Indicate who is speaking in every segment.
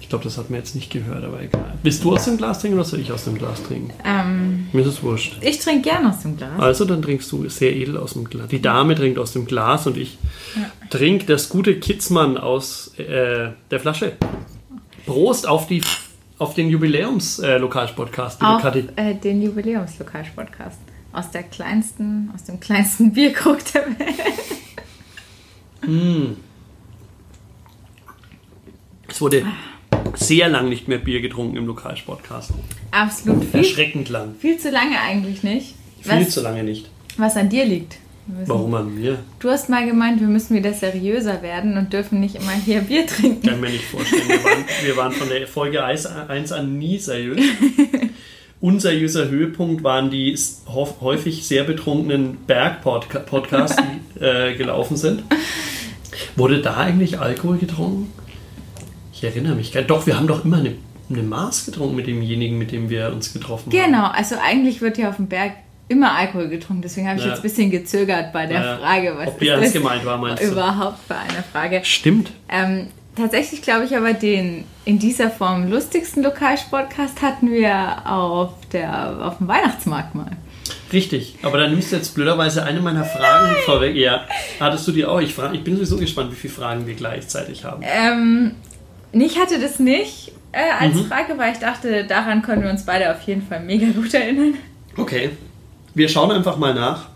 Speaker 1: Ich glaube, das hat man jetzt nicht gehört, aber egal. Willst du aus dem Glas trinken oder soll ich aus dem Glas trinken?
Speaker 2: Ähm,
Speaker 1: Mir ist es wurscht.
Speaker 2: ich trinke gerne aus dem Glas.
Speaker 1: Also, dann trinkst du sehr edel aus dem Glas. Die Dame trinkt aus dem Glas und ich trinke das gute Kitzmann aus äh, der Flasche. Prost auf, die, auf den Jubiläums-Lokalspodcast, liebe
Speaker 2: Auch
Speaker 1: Kathi.
Speaker 2: äh, den Jubiläumslokalsportcast. Aus der kleinsten, aus dem kleinsten Bierkrug der Welt.
Speaker 1: Es wurde sehr lang nicht mehr Bier getrunken im Lokalsportcast.
Speaker 2: Absolut viel,
Speaker 1: Erschreckend lang.
Speaker 2: viel zu lange eigentlich nicht.
Speaker 1: Viel
Speaker 2: Was,
Speaker 1: zu lange nicht.
Speaker 2: was an dir liegt. Wir müssen-
Speaker 1: Warum an mir?
Speaker 2: Du hast mal gemeint, wir müssen wieder seriöser werden und dürfen nicht immer hier Bier trinken.
Speaker 1: Kann ich mir nicht vorstellen. Wir waren, wir waren von der Folge 1 an nie seriös. Unseriöser Höhepunkt waren die s- hof- häufig sehr betrunkenen Berg-Podcasts, die äh, gelaufen sind. Wurde da eigentlich Alkohol getrunken? Ich erinnere mich gar Doch, wir haben doch immer eine, eine Maß getrunken mit demjenigen, mit dem wir uns getroffen haben.
Speaker 2: Genau, also eigentlich wird hier auf dem Berg immer Alkohol getrunken, deswegen habe ich
Speaker 1: Ja.
Speaker 2: jetzt ein bisschen gezögert bei der
Speaker 1: Ja.
Speaker 2: Frage, was
Speaker 1: Ob wir ernst
Speaker 2: ist
Speaker 1: gemeint war, meinst
Speaker 2: das
Speaker 1: du?
Speaker 2: überhaupt für eine Frage.
Speaker 1: Stimmt.
Speaker 2: Ähm, tatsächlich glaube ich aber, den in dieser Form lustigsten Lokalsportcast hatten wir auf, der, auf dem Weihnachtsmarkt mal.
Speaker 1: Richtig. Aber dann nimmst du jetzt blöderweise eine meiner Fragen vorweg. Ja, hattest du die auch? Ich, frag, ich bin sowieso gespannt, wie viele Fragen wir gleichzeitig haben.
Speaker 2: Ähm, ich hatte das nicht äh, als
Speaker 1: Mhm.
Speaker 2: Frage, weil ich dachte, daran können wir uns beide auf jeden Fall mega gut erinnern.
Speaker 1: Okay. Wir schauen einfach mal nach.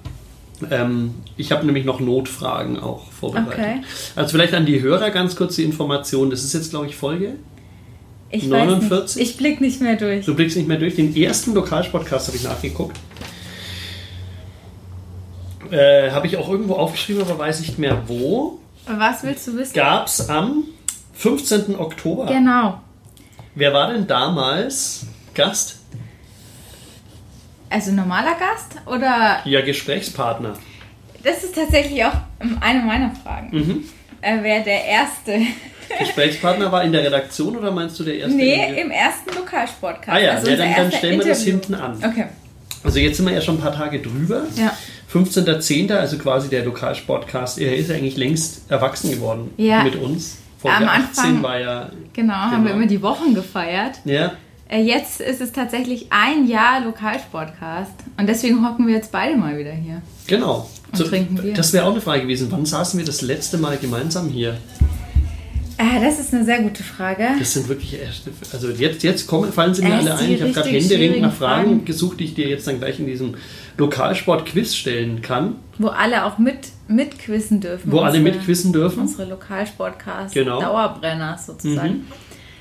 Speaker 1: Ähm, ich habe nämlich noch Notfragen auch vorbereitet.
Speaker 2: Okay.
Speaker 1: Also vielleicht an die Hörer ganz kurz die Information. Das ist jetzt, glaube ich, Folge.
Speaker 2: Ich
Speaker 1: 49?
Speaker 2: Weiß nicht, ich blick nicht mehr durch.
Speaker 1: Du blickst nicht mehr durch. Den ersten Lokalsportcast habe ich nachgeguckt. Äh, habe ich auch irgendwo aufgeschrieben, aber weiß nicht mehr wo.
Speaker 2: Was willst du wissen?
Speaker 1: Gab es am 15. Oktober.
Speaker 2: Genau.
Speaker 1: Wer war denn damals Gast?
Speaker 2: Also normaler Gast oder
Speaker 1: Ja, Gesprächspartner.
Speaker 2: das ist tatsächlich auch ähm, eine meiner Fragen.
Speaker 1: Mhm.
Speaker 2: Äh, wer der erste?
Speaker 1: Gesprächspartner war in der Redaktion oder meinst du der erste? den
Speaker 2: nee,
Speaker 1: wir-
Speaker 2: im ersten Lokalsportcast.
Speaker 1: Ah
Speaker 2: Also
Speaker 1: ja, ja
Speaker 2: unser
Speaker 1: dann, dann
Speaker 2: erster
Speaker 1: stellen wir das
Speaker 2: Interview-
Speaker 1: hinten an.
Speaker 2: Okay.
Speaker 1: Also jetzt sind wir ja schon ein paar Tage drüber.
Speaker 2: Ja.
Speaker 1: 15.10., also quasi der Lokalsportcast. Er ist ja eigentlich längst erwachsen geworden
Speaker 2: Ja.
Speaker 1: mit uns. Folge
Speaker 2: Am
Speaker 1: 18
Speaker 2: Anfang-
Speaker 1: war ja...
Speaker 2: Genau, haben wir
Speaker 1: Genau.
Speaker 2: immer die Wochen gefeiert.
Speaker 1: Ja,
Speaker 2: Äh, jetzt ist es tatsächlich ein Jahr Lokalsportcast und deswegen hocken wir jetzt beide mal wieder hier.
Speaker 1: genau.
Speaker 2: Und trinken Bier.
Speaker 1: Das wäre auch eine Frage gewesen. Wann saßen wir das letzte Mal gemeinsam hier?
Speaker 2: Ah, das ist eine sehr gute Frage.
Speaker 1: Das sind wirklich erst... Also jetzt, jetzt kommen, fallen sie mir
Speaker 2: Erst
Speaker 1: alle ein.
Speaker 2: die
Speaker 1: Ich habe gerade
Speaker 2: richtig
Speaker 1: händeringend nach
Speaker 2: schwierigen
Speaker 1: Fragen
Speaker 2: Fragen.
Speaker 1: gesucht, die ich dir jetzt dann gleich in diesem Lokalsport-Quiz stellen kann,
Speaker 2: Wo alle auch mit mitquissen dürfen.
Speaker 1: wo alle
Speaker 2: Unsere-
Speaker 1: mitquissen dürfen.
Speaker 2: unsere Lokalsportcasts,
Speaker 1: Genau. Mhm.
Speaker 2: Dauerbrenner sozusagen.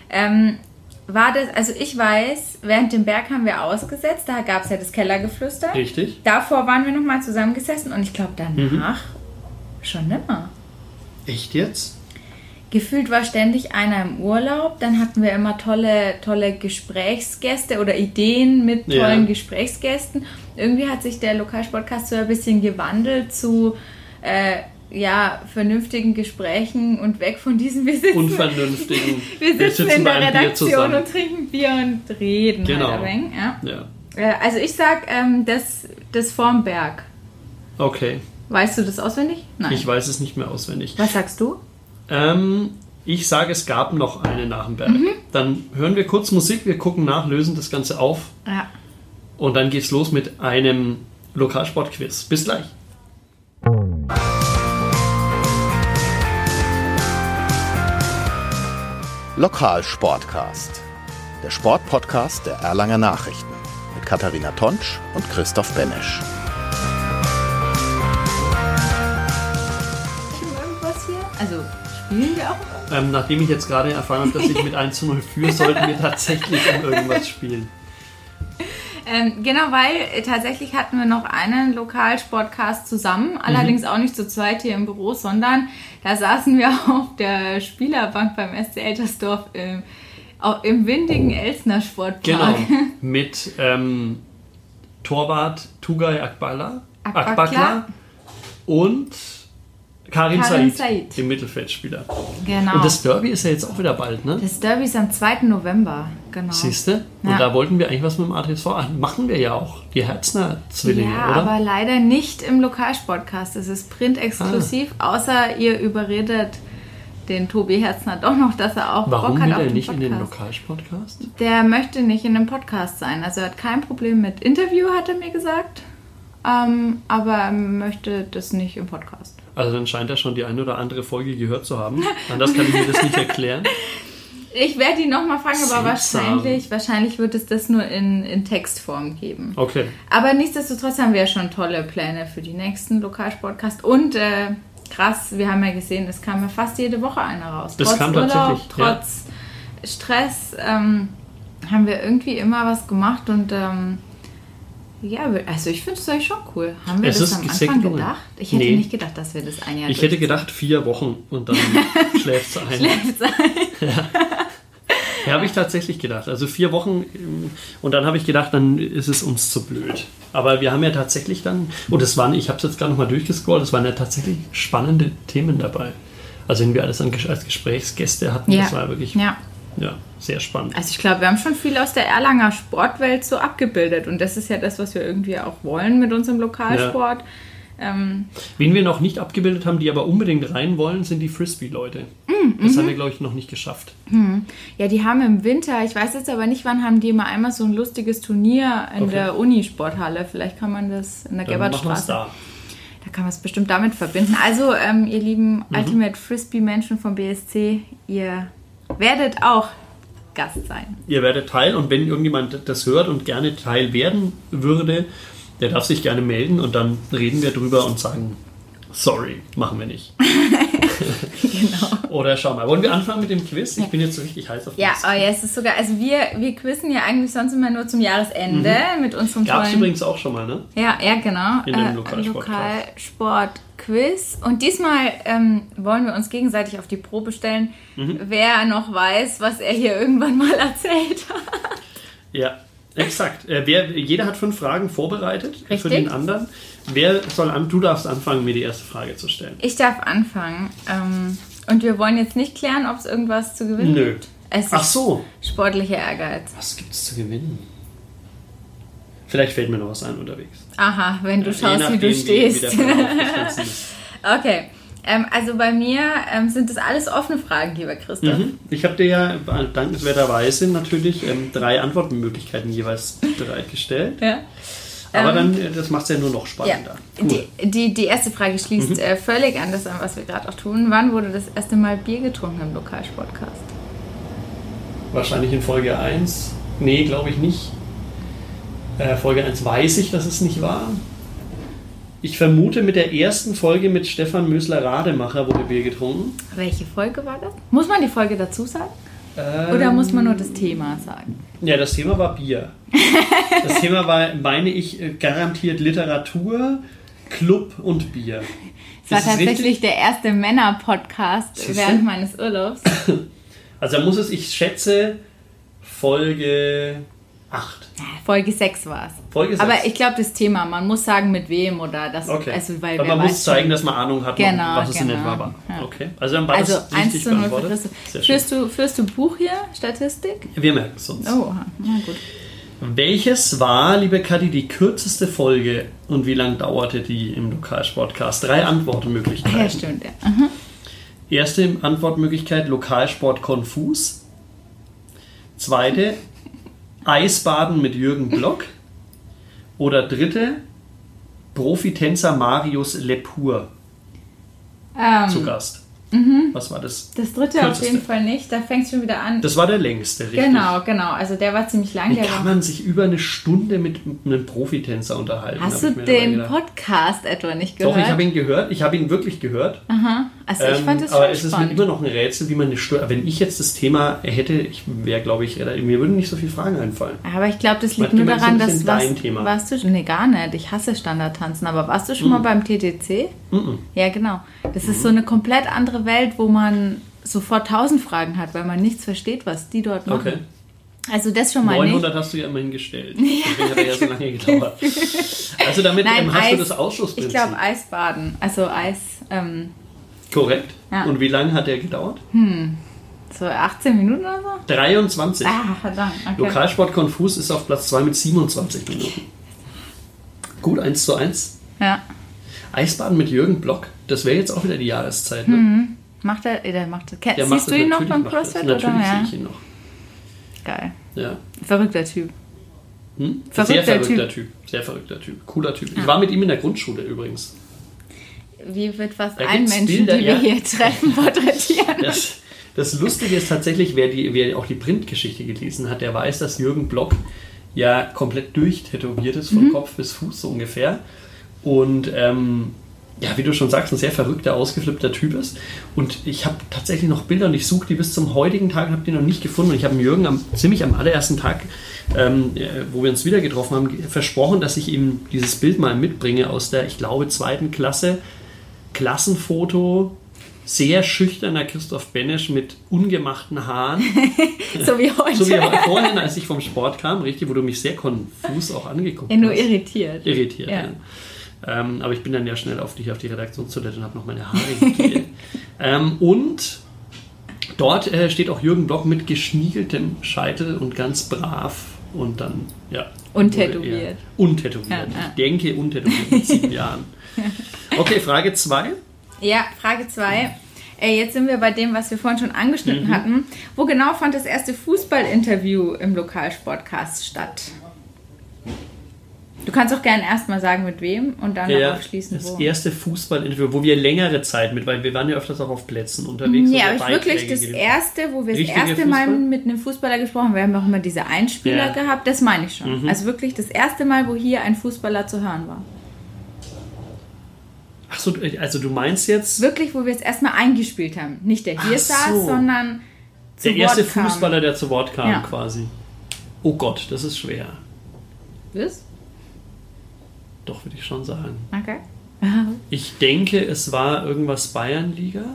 Speaker 2: Ähm, war das, also ich weiß, während dem Berg haben wir ausgesetzt, da gab es ja das Kellergeflüster.
Speaker 1: Richtig.
Speaker 2: Davor waren wir nochmal zusammengesessen und ich glaube danach
Speaker 1: Mhm.
Speaker 2: schon nimmer.
Speaker 1: Echt jetzt?
Speaker 2: Gefühlt war ständig einer im Urlaub, dann hatten wir immer tolle, tolle Gesprächsgäste oder Ideen mit
Speaker 1: Ja.
Speaker 2: tollen Gesprächsgästen. Irgendwie hat sich der Lokalsportcast so ein bisschen gewandelt zu äh, ja, vernünftigen Gesprächen und weg von diesem Wir sitzen,
Speaker 1: Unvernünftigen.
Speaker 2: wir sitzen in der
Speaker 1: beim Bier
Speaker 2: Redaktion
Speaker 1: zusammen.
Speaker 2: und trinken Bier und reden.
Speaker 1: Genau.
Speaker 2: Halt ein wenig, ja.
Speaker 1: Ja,
Speaker 2: Äh, Also ich sag ähm, das, das vorm Berg.
Speaker 1: okay.
Speaker 2: Weißt du das auswendig? Nein.
Speaker 1: Ich weiß es nicht mehr auswendig.
Speaker 2: Was sagst du?
Speaker 1: Ähm, ich sage, es gab noch eine nach dem Berg.
Speaker 2: Mhm.
Speaker 1: Dann hören wir kurz Musik, wir gucken nach, lösen das Ganze auf
Speaker 2: Ja.
Speaker 1: und dann geht's los mit einem Lokalsportquiz. Bis gleich.
Speaker 3: Lokalsportcast. Der Sportpodcast der Erlanger Nachrichten mit Katharina Tonsch und Christoph Benesch.
Speaker 2: Irgendwas hier? Also spielen wir auch?
Speaker 1: Ähm, nachdem ich jetzt gerade erfahren habe, dass ich mit 1 zu 0 führe, sollten wir tatsächlich um irgendwas spielen.
Speaker 2: Ähm, genau, weil äh, tatsächlich hatten wir noch einen Lokalsportcast zusammen,
Speaker 1: Mhm.
Speaker 2: allerdings auch nicht zu zweit hier im Büro, sondern da saßen wir auf der Spielerbank beim SC Eltersdorf im, au- im windigen Elsner Sportpark.
Speaker 1: Genau. Mit ähm, Torwart Tugay Akbala,
Speaker 2: Akbakla.
Speaker 1: und Karim,
Speaker 2: Karim
Speaker 1: Said,
Speaker 2: Said.
Speaker 1: dem Mittelfeldspieler.
Speaker 2: Genau.
Speaker 1: Und das Derby ist ja jetzt auch wieder bald, ne?
Speaker 2: Das Derby ist am 2. November, genau.
Speaker 1: Siehst du? Und
Speaker 2: Ja.
Speaker 1: da wollten wir eigentlich was mit dem ATSV machen. Machen wir ja auch. Die Herzner Zwillinge,
Speaker 2: ja,
Speaker 1: oder?
Speaker 2: aber leider
Speaker 1: Ah.
Speaker 2: nicht im Lokalsportcast. Es ist printexklusiv, außer ihr überredet den Tobi Herzner doch noch, dass er auch
Speaker 1: Warum
Speaker 2: Bock hat
Speaker 1: will
Speaker 2: auf
Speaker 1: er
Speaker 2: den
Speaker 1: nicht in
Speaker 2: Podcast.
Speaker 1: den Lokalsportcast?
Speaker 2: Der möchte nicht in einem Podcast sein. Also er hat kein Problem mit Interview, hat er mir gesagt. Ähm, aber er möchte das nicht im Podcast.
Speaker 1: Also dann scheint er schon die eine oder andere Folge gehört zu haben. Anders kann ich mir das nicht erklären.
Speaker 2: Ich werde ihn nochmal fragen, aber
Speaker 1: Seltsam.
Speaker 2: wahrscheinlich, wahrscheinlich wird es das nur in, in Textform geben.
Speaker 1: Okay.
Speaker 2: Aber nichtsdestotrotz haben wir ja schon tolle Pläne für die nächsten Lokalsportcast. Und äh, krass, wir haben ja gesehen, es kam ja fast jede Woche einer raus.
Speaker 1: Das
Speaker 2: trotz
Speaker 1: kam
Speaker 2: Urlaub,
Speaker 1: tatsächlich, ja.
Speaker 2: trotz Stress ähm, haben wir irgendwie immer was gemacht und ähm, ja, wir- also ich finde es eigentlich schon cool. Haben wir
Speaker 1: Es
Speaker 2: das
Speaker 1: ist
Speaker 2: am
Speaker 1: sehr
Speaker 2: Anfang
Speaker 1: cool.
Speaker 2: gedacht? Ich hätte
Speaker 1: Nee.
Speaker 2: nicht gedacht, dass wir das ein Jahr
Speaker 1: Ich hätte gedacht, vier Wochen und dann schläft es ein.
Speaker 2: durchziehen.
Speaker 1: Ja, habe ich tatsächlich gedacht. Also vier Wochen ähm, und dann habe ich gedacht, dann ist es uns zu blöd. Aber wir haben ja tatsächlich dann, und es waren, ich habe es jetzt gerade nochmal durchgescrollt, es waren ja tatsächlich spannende Themen dabei. Also wenn wir alles an, als Gesprächsgäste hatten,
Speaker 2: Ja.
Speaker 1: das war wirklich ja.
Speaker 2: ja.
Speaker 1: sehr spannend.
Speaker 2: Also ich glaube, wir haben schon viel aus der Erlanger Sportwelt so abgebildet und das ist ja das, was wir irgendwie auch wollen mit unserem Lokalsport. Ähm,
Speaker 1: Wen wir noch nicht abgebildet haben, die aber unbedingt rein wollen, sind die Frisbee-Leute. Das haben wir, glaube ich, noch nicht geschafft.
Speaker 2: Ja, die haben im Winter, ich weiß jetzt aber nicht, wann haben die mal einmal so ein lustiges Turnier in
Speaker 1: Okay.
Speaker 2: der Unisporthalle. Vielleicht kann man das in der
Speaker 1: Dann machen wir es
Speaker 2: Gerbertstraße. Da.
Speaker 1: da.
Speaker 2: kann man es bestimmt damit verbinden. Also, ähm, ihr lieben
Speaker 1: Mhm.
Speaker 2: Ultimate Frisbee-Menschen vom BSC, ihr werdet auch Gast sein.
Speaker 1: Ihr werdet Teil und wenn irgendjemand das hört und gerne Teil werden würde, der darf sich gerne melden und dann reden wir drüber und sagen, sorry, machen wir nicht. genau. Oder schau mal, wollen wir anfangen mit dem Quiz? Ich bin jetzt so richtig heiß auf
Speaker 2: Ja,
Speaker 1: Quiz.
Speaker 2: oh ja, es ist sogar, also wir, wir quizzen ja eigentlich sonst immer nur zum Jahresende
Speaker 1: Mhm.
Speaker 2: mit unserem
Speaker 1: Gab es
Speaker 2: tollen
Speaker 1: übrigens auch schon mal, ne?
Speaker 2: Ja, ja, genau.
Speaker 1: In dem
Speaker 2: Äh,
Speaker 1: Lokalsportcast.
Speaker 2: Lokalsport-Quiz. Und diesmal ähm, wollen wir uns gegenseitig auf die Probe stellen,
Speaker 1: Mhm.
Speaker 2: wer noch weiß, was er hier irgendwann mal erzählt hat.
Speaker 1: Ja, exakt. Äh, wer, jeder hat fünf Fragen vorbereitet für
Speaker 2: Richtig.
Speaker 1: den anderen. Wer soll an? Du darfst anfangen, mir die erste Frage zu stellen.
Speaker 2: Ich darf anfangen. Ähm, und wir wollen jetzt nicht klären, ob es irgendwas zu gewinnen
Speaker 1: Nö.
Speaker 2: gibt. Es ist
Speaker 1: Ach so.
Speaker 2: sportlicher Ehrgeiz.
Speaker 1: Was gibt's zu gewinnen? Vielleicht fällt mir noch was ein unterwegs.
Speaker 2: Aha, wenn du
Speaker 1: Je
Speaker 2: schaust, wie
Speaker 1: nachdem,
Speaker 2: du stehst.
Speaker 1: Wie, wie der Verlauf des Ganzen ist.
Speaker 2: okay. Ähm, also bei mir ähm, sind das alles offene Fragen, lieber Christoph.
Speaker 1: Mhm. Ich habe dir ja dankenswerterweise natürlich ähm, drei Antwortmöglichkeiten jeweils bereitgestellt.
Speaker 2: Ja.
Speaker 1: Aber
Speaker 2: Ähm,
Speaker 1: dann, äh, das macht es ja nur noch spannender. Cool. Mhm.
Speaker 2: Die, die, die erste Frage schließt äh, völlig an das an, was wir gerade auch tun. Wann wurde das erste Mal Bier getrunken im Lokalsportcast?
Speaker 1: Wahrscheinlich in Folge 1. Nee, glaube ich nicht. Äh, Folge 1 weiß ich, dass es nicht war. Ich vermute mit der ersten Folge mit Stefan Mösler-Rademacher wurde Bier getrunken.
Speaker 2: Welche Folge war das? Muss man die Folge dazu sagen?
Speaker 1: Ähm,
Speaker 2: Oder muss man nur das Thema sagen?
Speaker 1: Ja, das Thema war Bier. Das Thema war, meine ich, äh, garantiert Literatur, Club und Bier.
Speaker 2: Es war
Speaker 1: Ist es
Speaker 2: tatsächlich
Speaker 1: richtig?
Speaker 2: der erste Männer-Podcast
Speaker 1: Siehste?
Speaker 2: während meines Urlaubs.
Speaker 1: Also da muss es, ich schätze, Folge 8.
Speaker 2: Folge 6 war es.
Speaker 1: Ah. Folge 6.
Speaker 2: Aber ich glaube, das Thema, man muss sagen, mit wem oder das.
Speaker 1: okay.
Speaker 2: Also, weil
Speaker 1: Aber
Speaker 2: wer
Speaker 1: man muss
Speaker 2: weiß
Speaker 1: zeigen, dass man Ahnung hat, um
Speaker 2: Genau,
Speaker 1: was es in
Speaker 2: genau.
Speaker 1: etwa war.
Speaker 2: Ja.
Speaker 1: Okay. Also dann war
Speaker 2: Also
Speaker 1: das
Speaker 2: 1
Speaker 1: richtig
Speaker 2: zu 0 für
Speaker 1: beantwortet.
Speaker 2: Christoph.
Speaker 1: Sehr schön.
Speaker 2: Führst du, führst du Buch hier, Statistik?
Speaker 1: Wir merken es uns.
Speaker 2: Oh, na gut.
Speaker 1: Welches war, liebe Kathi, die kürzeste Folge und wie lang dauerte die im Lokalsportcast? Drei Antwortmöglichkeiten.
Speaker 2: Ja, stimmt. Ja.
Speaker 1: Erste Antwortmöglichkeit Lokalsport konfus. Zweite Eisbaden mit Jürgen Block. Oder dritte Profitänzer Marius Lepur
Speaker 2: Ähm, mhm.
Speaker 1: zu Gast. Was war das?
Speaker 2: Das dritte auf
Speaker 1: Kürzeste.
Speaker 2: jeden Fall nicht. Da fängt es schon wieder an.
Speaker 1: Das war der längste, richtig?
Speaker 2: genau, genau. Also der war ziemlich lang.
Speaker 1: Wie
Speaker 2: Der
Speaker 1: kann
Speaker 2: war
Speaker 1: man sich über eine Stunde mit einem Profitänzer unterhalten?
Speaker 2: Hast du
Speaker 1: hab ich mir dabei
Speaker 2: den
Speaker 1: gedacht.
Speaker 2: Podcast etwa nicht gehört?
Speaker 1: Doch, ich habe ihn gehört. Ich habe ihn wirklich gehört.
Speaker 2: Aha. Also ich
Speaker 1: Ähm,
Speaker 2: fand das
Speaker 1: aber
Speaker 2: schon
Speaker 1: es ist
Speaker 2: spannend.
Speaker 1: mir immer noch ein Rätsel, wie man eine Stunde. Wenn ich jetzt das Thema hätte, ich wäre, glaube ich, relativ- mir würden nicht so viele Fragen einfallen.
Speaker 2: aber ich glaube, das liegt
Speaker 1: Warte,
Speaker 2: nur
Speaker 1: du meinst
Speaker 2: daran,
Speaker 1: so ein
Speaker 2: dass
Speaker 1: bisschen
Speaker 2: was,
Speaker 1: dein Thema. Mm.
Speaker 2: warst du nee gar nicht. Ich hasse Standardtanzen, aber warst du schon mal beim TTC? Ja, genau. Das ist so eine komplett andere Welt, wo man sofort tausend Fragen hat, weil man nichts versteht, was die dort machen.
Speaker 1: Okay.
Speaker 2: Also das schon mal nicht.
Speaker 1: 900 hast du ja immerhin gestellt. Deswegen hat er ja so lange gedauert. Also damit ähm, hast du das
Speaker 2: ich ah.
Speaker 1: Ausschussprinzip.
Speaker 2: glaube Eisbaden, also Eis, ähm,
Speaker 1: Korrekt.
Speaker 2: Ja.
Speaker 1: Und wie lange hat der gedauert?
Speaker 2: so 18 Minuten oder so.
Speaker 1: 23.
Speaker 2: Ah, verdammt. Okay.
Speaker 1: Lokalsport Konfus ist auf Platz 2 mit 27 Minuten. Gut, 1 zu 1.
Speaker 2: Ja.
Speaker 1: Eisbaden mit Jürgen Block. Das wäre jetzt auch wieder die Jahreszeit. Ne?
Speaker 2: Macht er, äh, der macht, kenn,
Speaker 1: Der macht
Speaker 2: Mhm. siehst
Speaker 1: das
Speaker 2: du ihn noch
Speaker 1: natürlich,
Speaker 2: beim
Speaker 1: macht das.
Speaker 2: CrossFit?
Speaker 1: Natürlich
Speaker 2: Oder? Ja,
Speaker 1: sehe ich ihn noch.
Speaker 2: geil.
Speaker 1: Ja.
Speaker 2: Verrückter Typ.
Speaker 1: Hm?
Speaker 2: Verrückter
Speaker 1: Sehr verrückter typ. Sehr verrückter Typ. Cooler Typ. Ich war mit ihm in der Grundschule übrigens.
Speaker 2: Wie wird fast
Speaker 1: Da
Speaker 2: allen
Speaker 1: gibt's
Speaker 2: Menschen,
Speaker 1: Bilder,
Speaker 2: die wir
Speaker 1: ja.
Speaker 2: hier treffen, porträtieren?
Speaker 1: Das, das Lustige ist tatsächlich, wer, die, wer auch die Printgeschichte gelesen hat, der weiß, dass Jürgen Block ja komplett durchtätowiert ist, von Kopf bis Fuß so ungefähr. Und ähm, ja, wie du schon sagst, ein sehr verrückter, ausgeflippter Typ ist. Und ich habe tatsächlich noch Bilder und ich suche die bis zum heutigen Tag und habe die noch nicht gefunden. Und ich habe dem Jürgen am, ziemlich am allerersten Tag, ähm, äh, wo wir uns wieder getroffen haben, ge- versprochen, dass ich ihm dieses Bild mal mitbringe aus der, ich glaube, zweiten Klasse. Klassenfoto, sehr schüchterner Christoph Benesch mit ungemachten Haaren.
Speaker 2: so wie heute.
Speaker 1: So wie er vorhin, als ich vom Sport kam, richtig, wo du mich sehr konfus auch angeguckt
Speaker 2: ja, nur
Speaker 1: hast.
Speaker 2: irritiert.
Speaker 1: Irritiert, ja.
Speaker 2: Ja.
Speaker 1: Ähm, aber ich bin dann ja schnell auf dich, auf die Redaktionstoilette und habe noch meine Haare gegelt. ähm, und dort äh, steht auch Jürgen Block mit geschniegeltem Scheitel und ganz brav und dann, ja.
Speaker 2: Und
Speaker 1: wurde er-
Speaker 2: tätowiert.
Speaker 1: Und tätowiert.
Speaker 2: Ja, ja.
Speaker 1: Ich denke, untätowiert mit sieben Jahren. Okay, Frage 2.
Speaker 2: Ja, Frage 2. Äh, jetzt sind wir bei dem, was wir vorhin schon angeschnitten
Speaker 1: Mhm.
Speaker 2: hatten. Wo genau fand das erste Fußballinterview im Lokalsportcast statt? Du kannst auch gerne erstmal sagen, mit wem und dann
Speaker 1: Ah, Ja,
Speaker 2: darauf schließen,
Speaker 1: das
Speaker 2: wo.
Speaker 1: erste Fußballinterview, wo wir längere Zeit mit, weil wir waren ja öfters auch auf Plätzen unterwegs.
Speaker 2: Nee,
Speaker 1: und
Speaker 2: aber ich
Speaker 1: dabei
Speaker 2: wirklich
Speaker 1: Klänge
Speaker 2: das
Speaker 1: gegeben.
Speaker 2: erste, wo wir das
Speaker 1: Richtiger
Speaker 2: erste Mal
Speaker 1: Fußball?
Speaker 2: mit einem Fußballer gesprochen haben. Wir haben auch immer diese Einspieler
Speaker 1: Ja. Mhm.
Speaker 2: gehabt, das meine ich schon. Also wirklich das erste Mal, wo hier ein Fußballer zu hören war.
Speaker 1: Ach so, also du meinst jetzt,
Speaker 2: Wirklich, wo wir es erstmal eingespielt haben. Nicht der hier
Speaker 1: Ach
Speaker 2: saß,
Speaker 1: so.
Speaker 2: sondern zu
Speaker 1: der erste
Speaker 2: Wort kam.
Speaker 1: Fußballer, der zu Wort kam
Speaker 2: Ja.
Speaker 1: quasi. Oh Gott, das ist schwer.
Speaker 2: Was?
Speaker 1: Doch, würde ich schon sagen.
Speaker 2: Okay.
Speaker 1: Ich denke, es war irgendwas Bayernliga.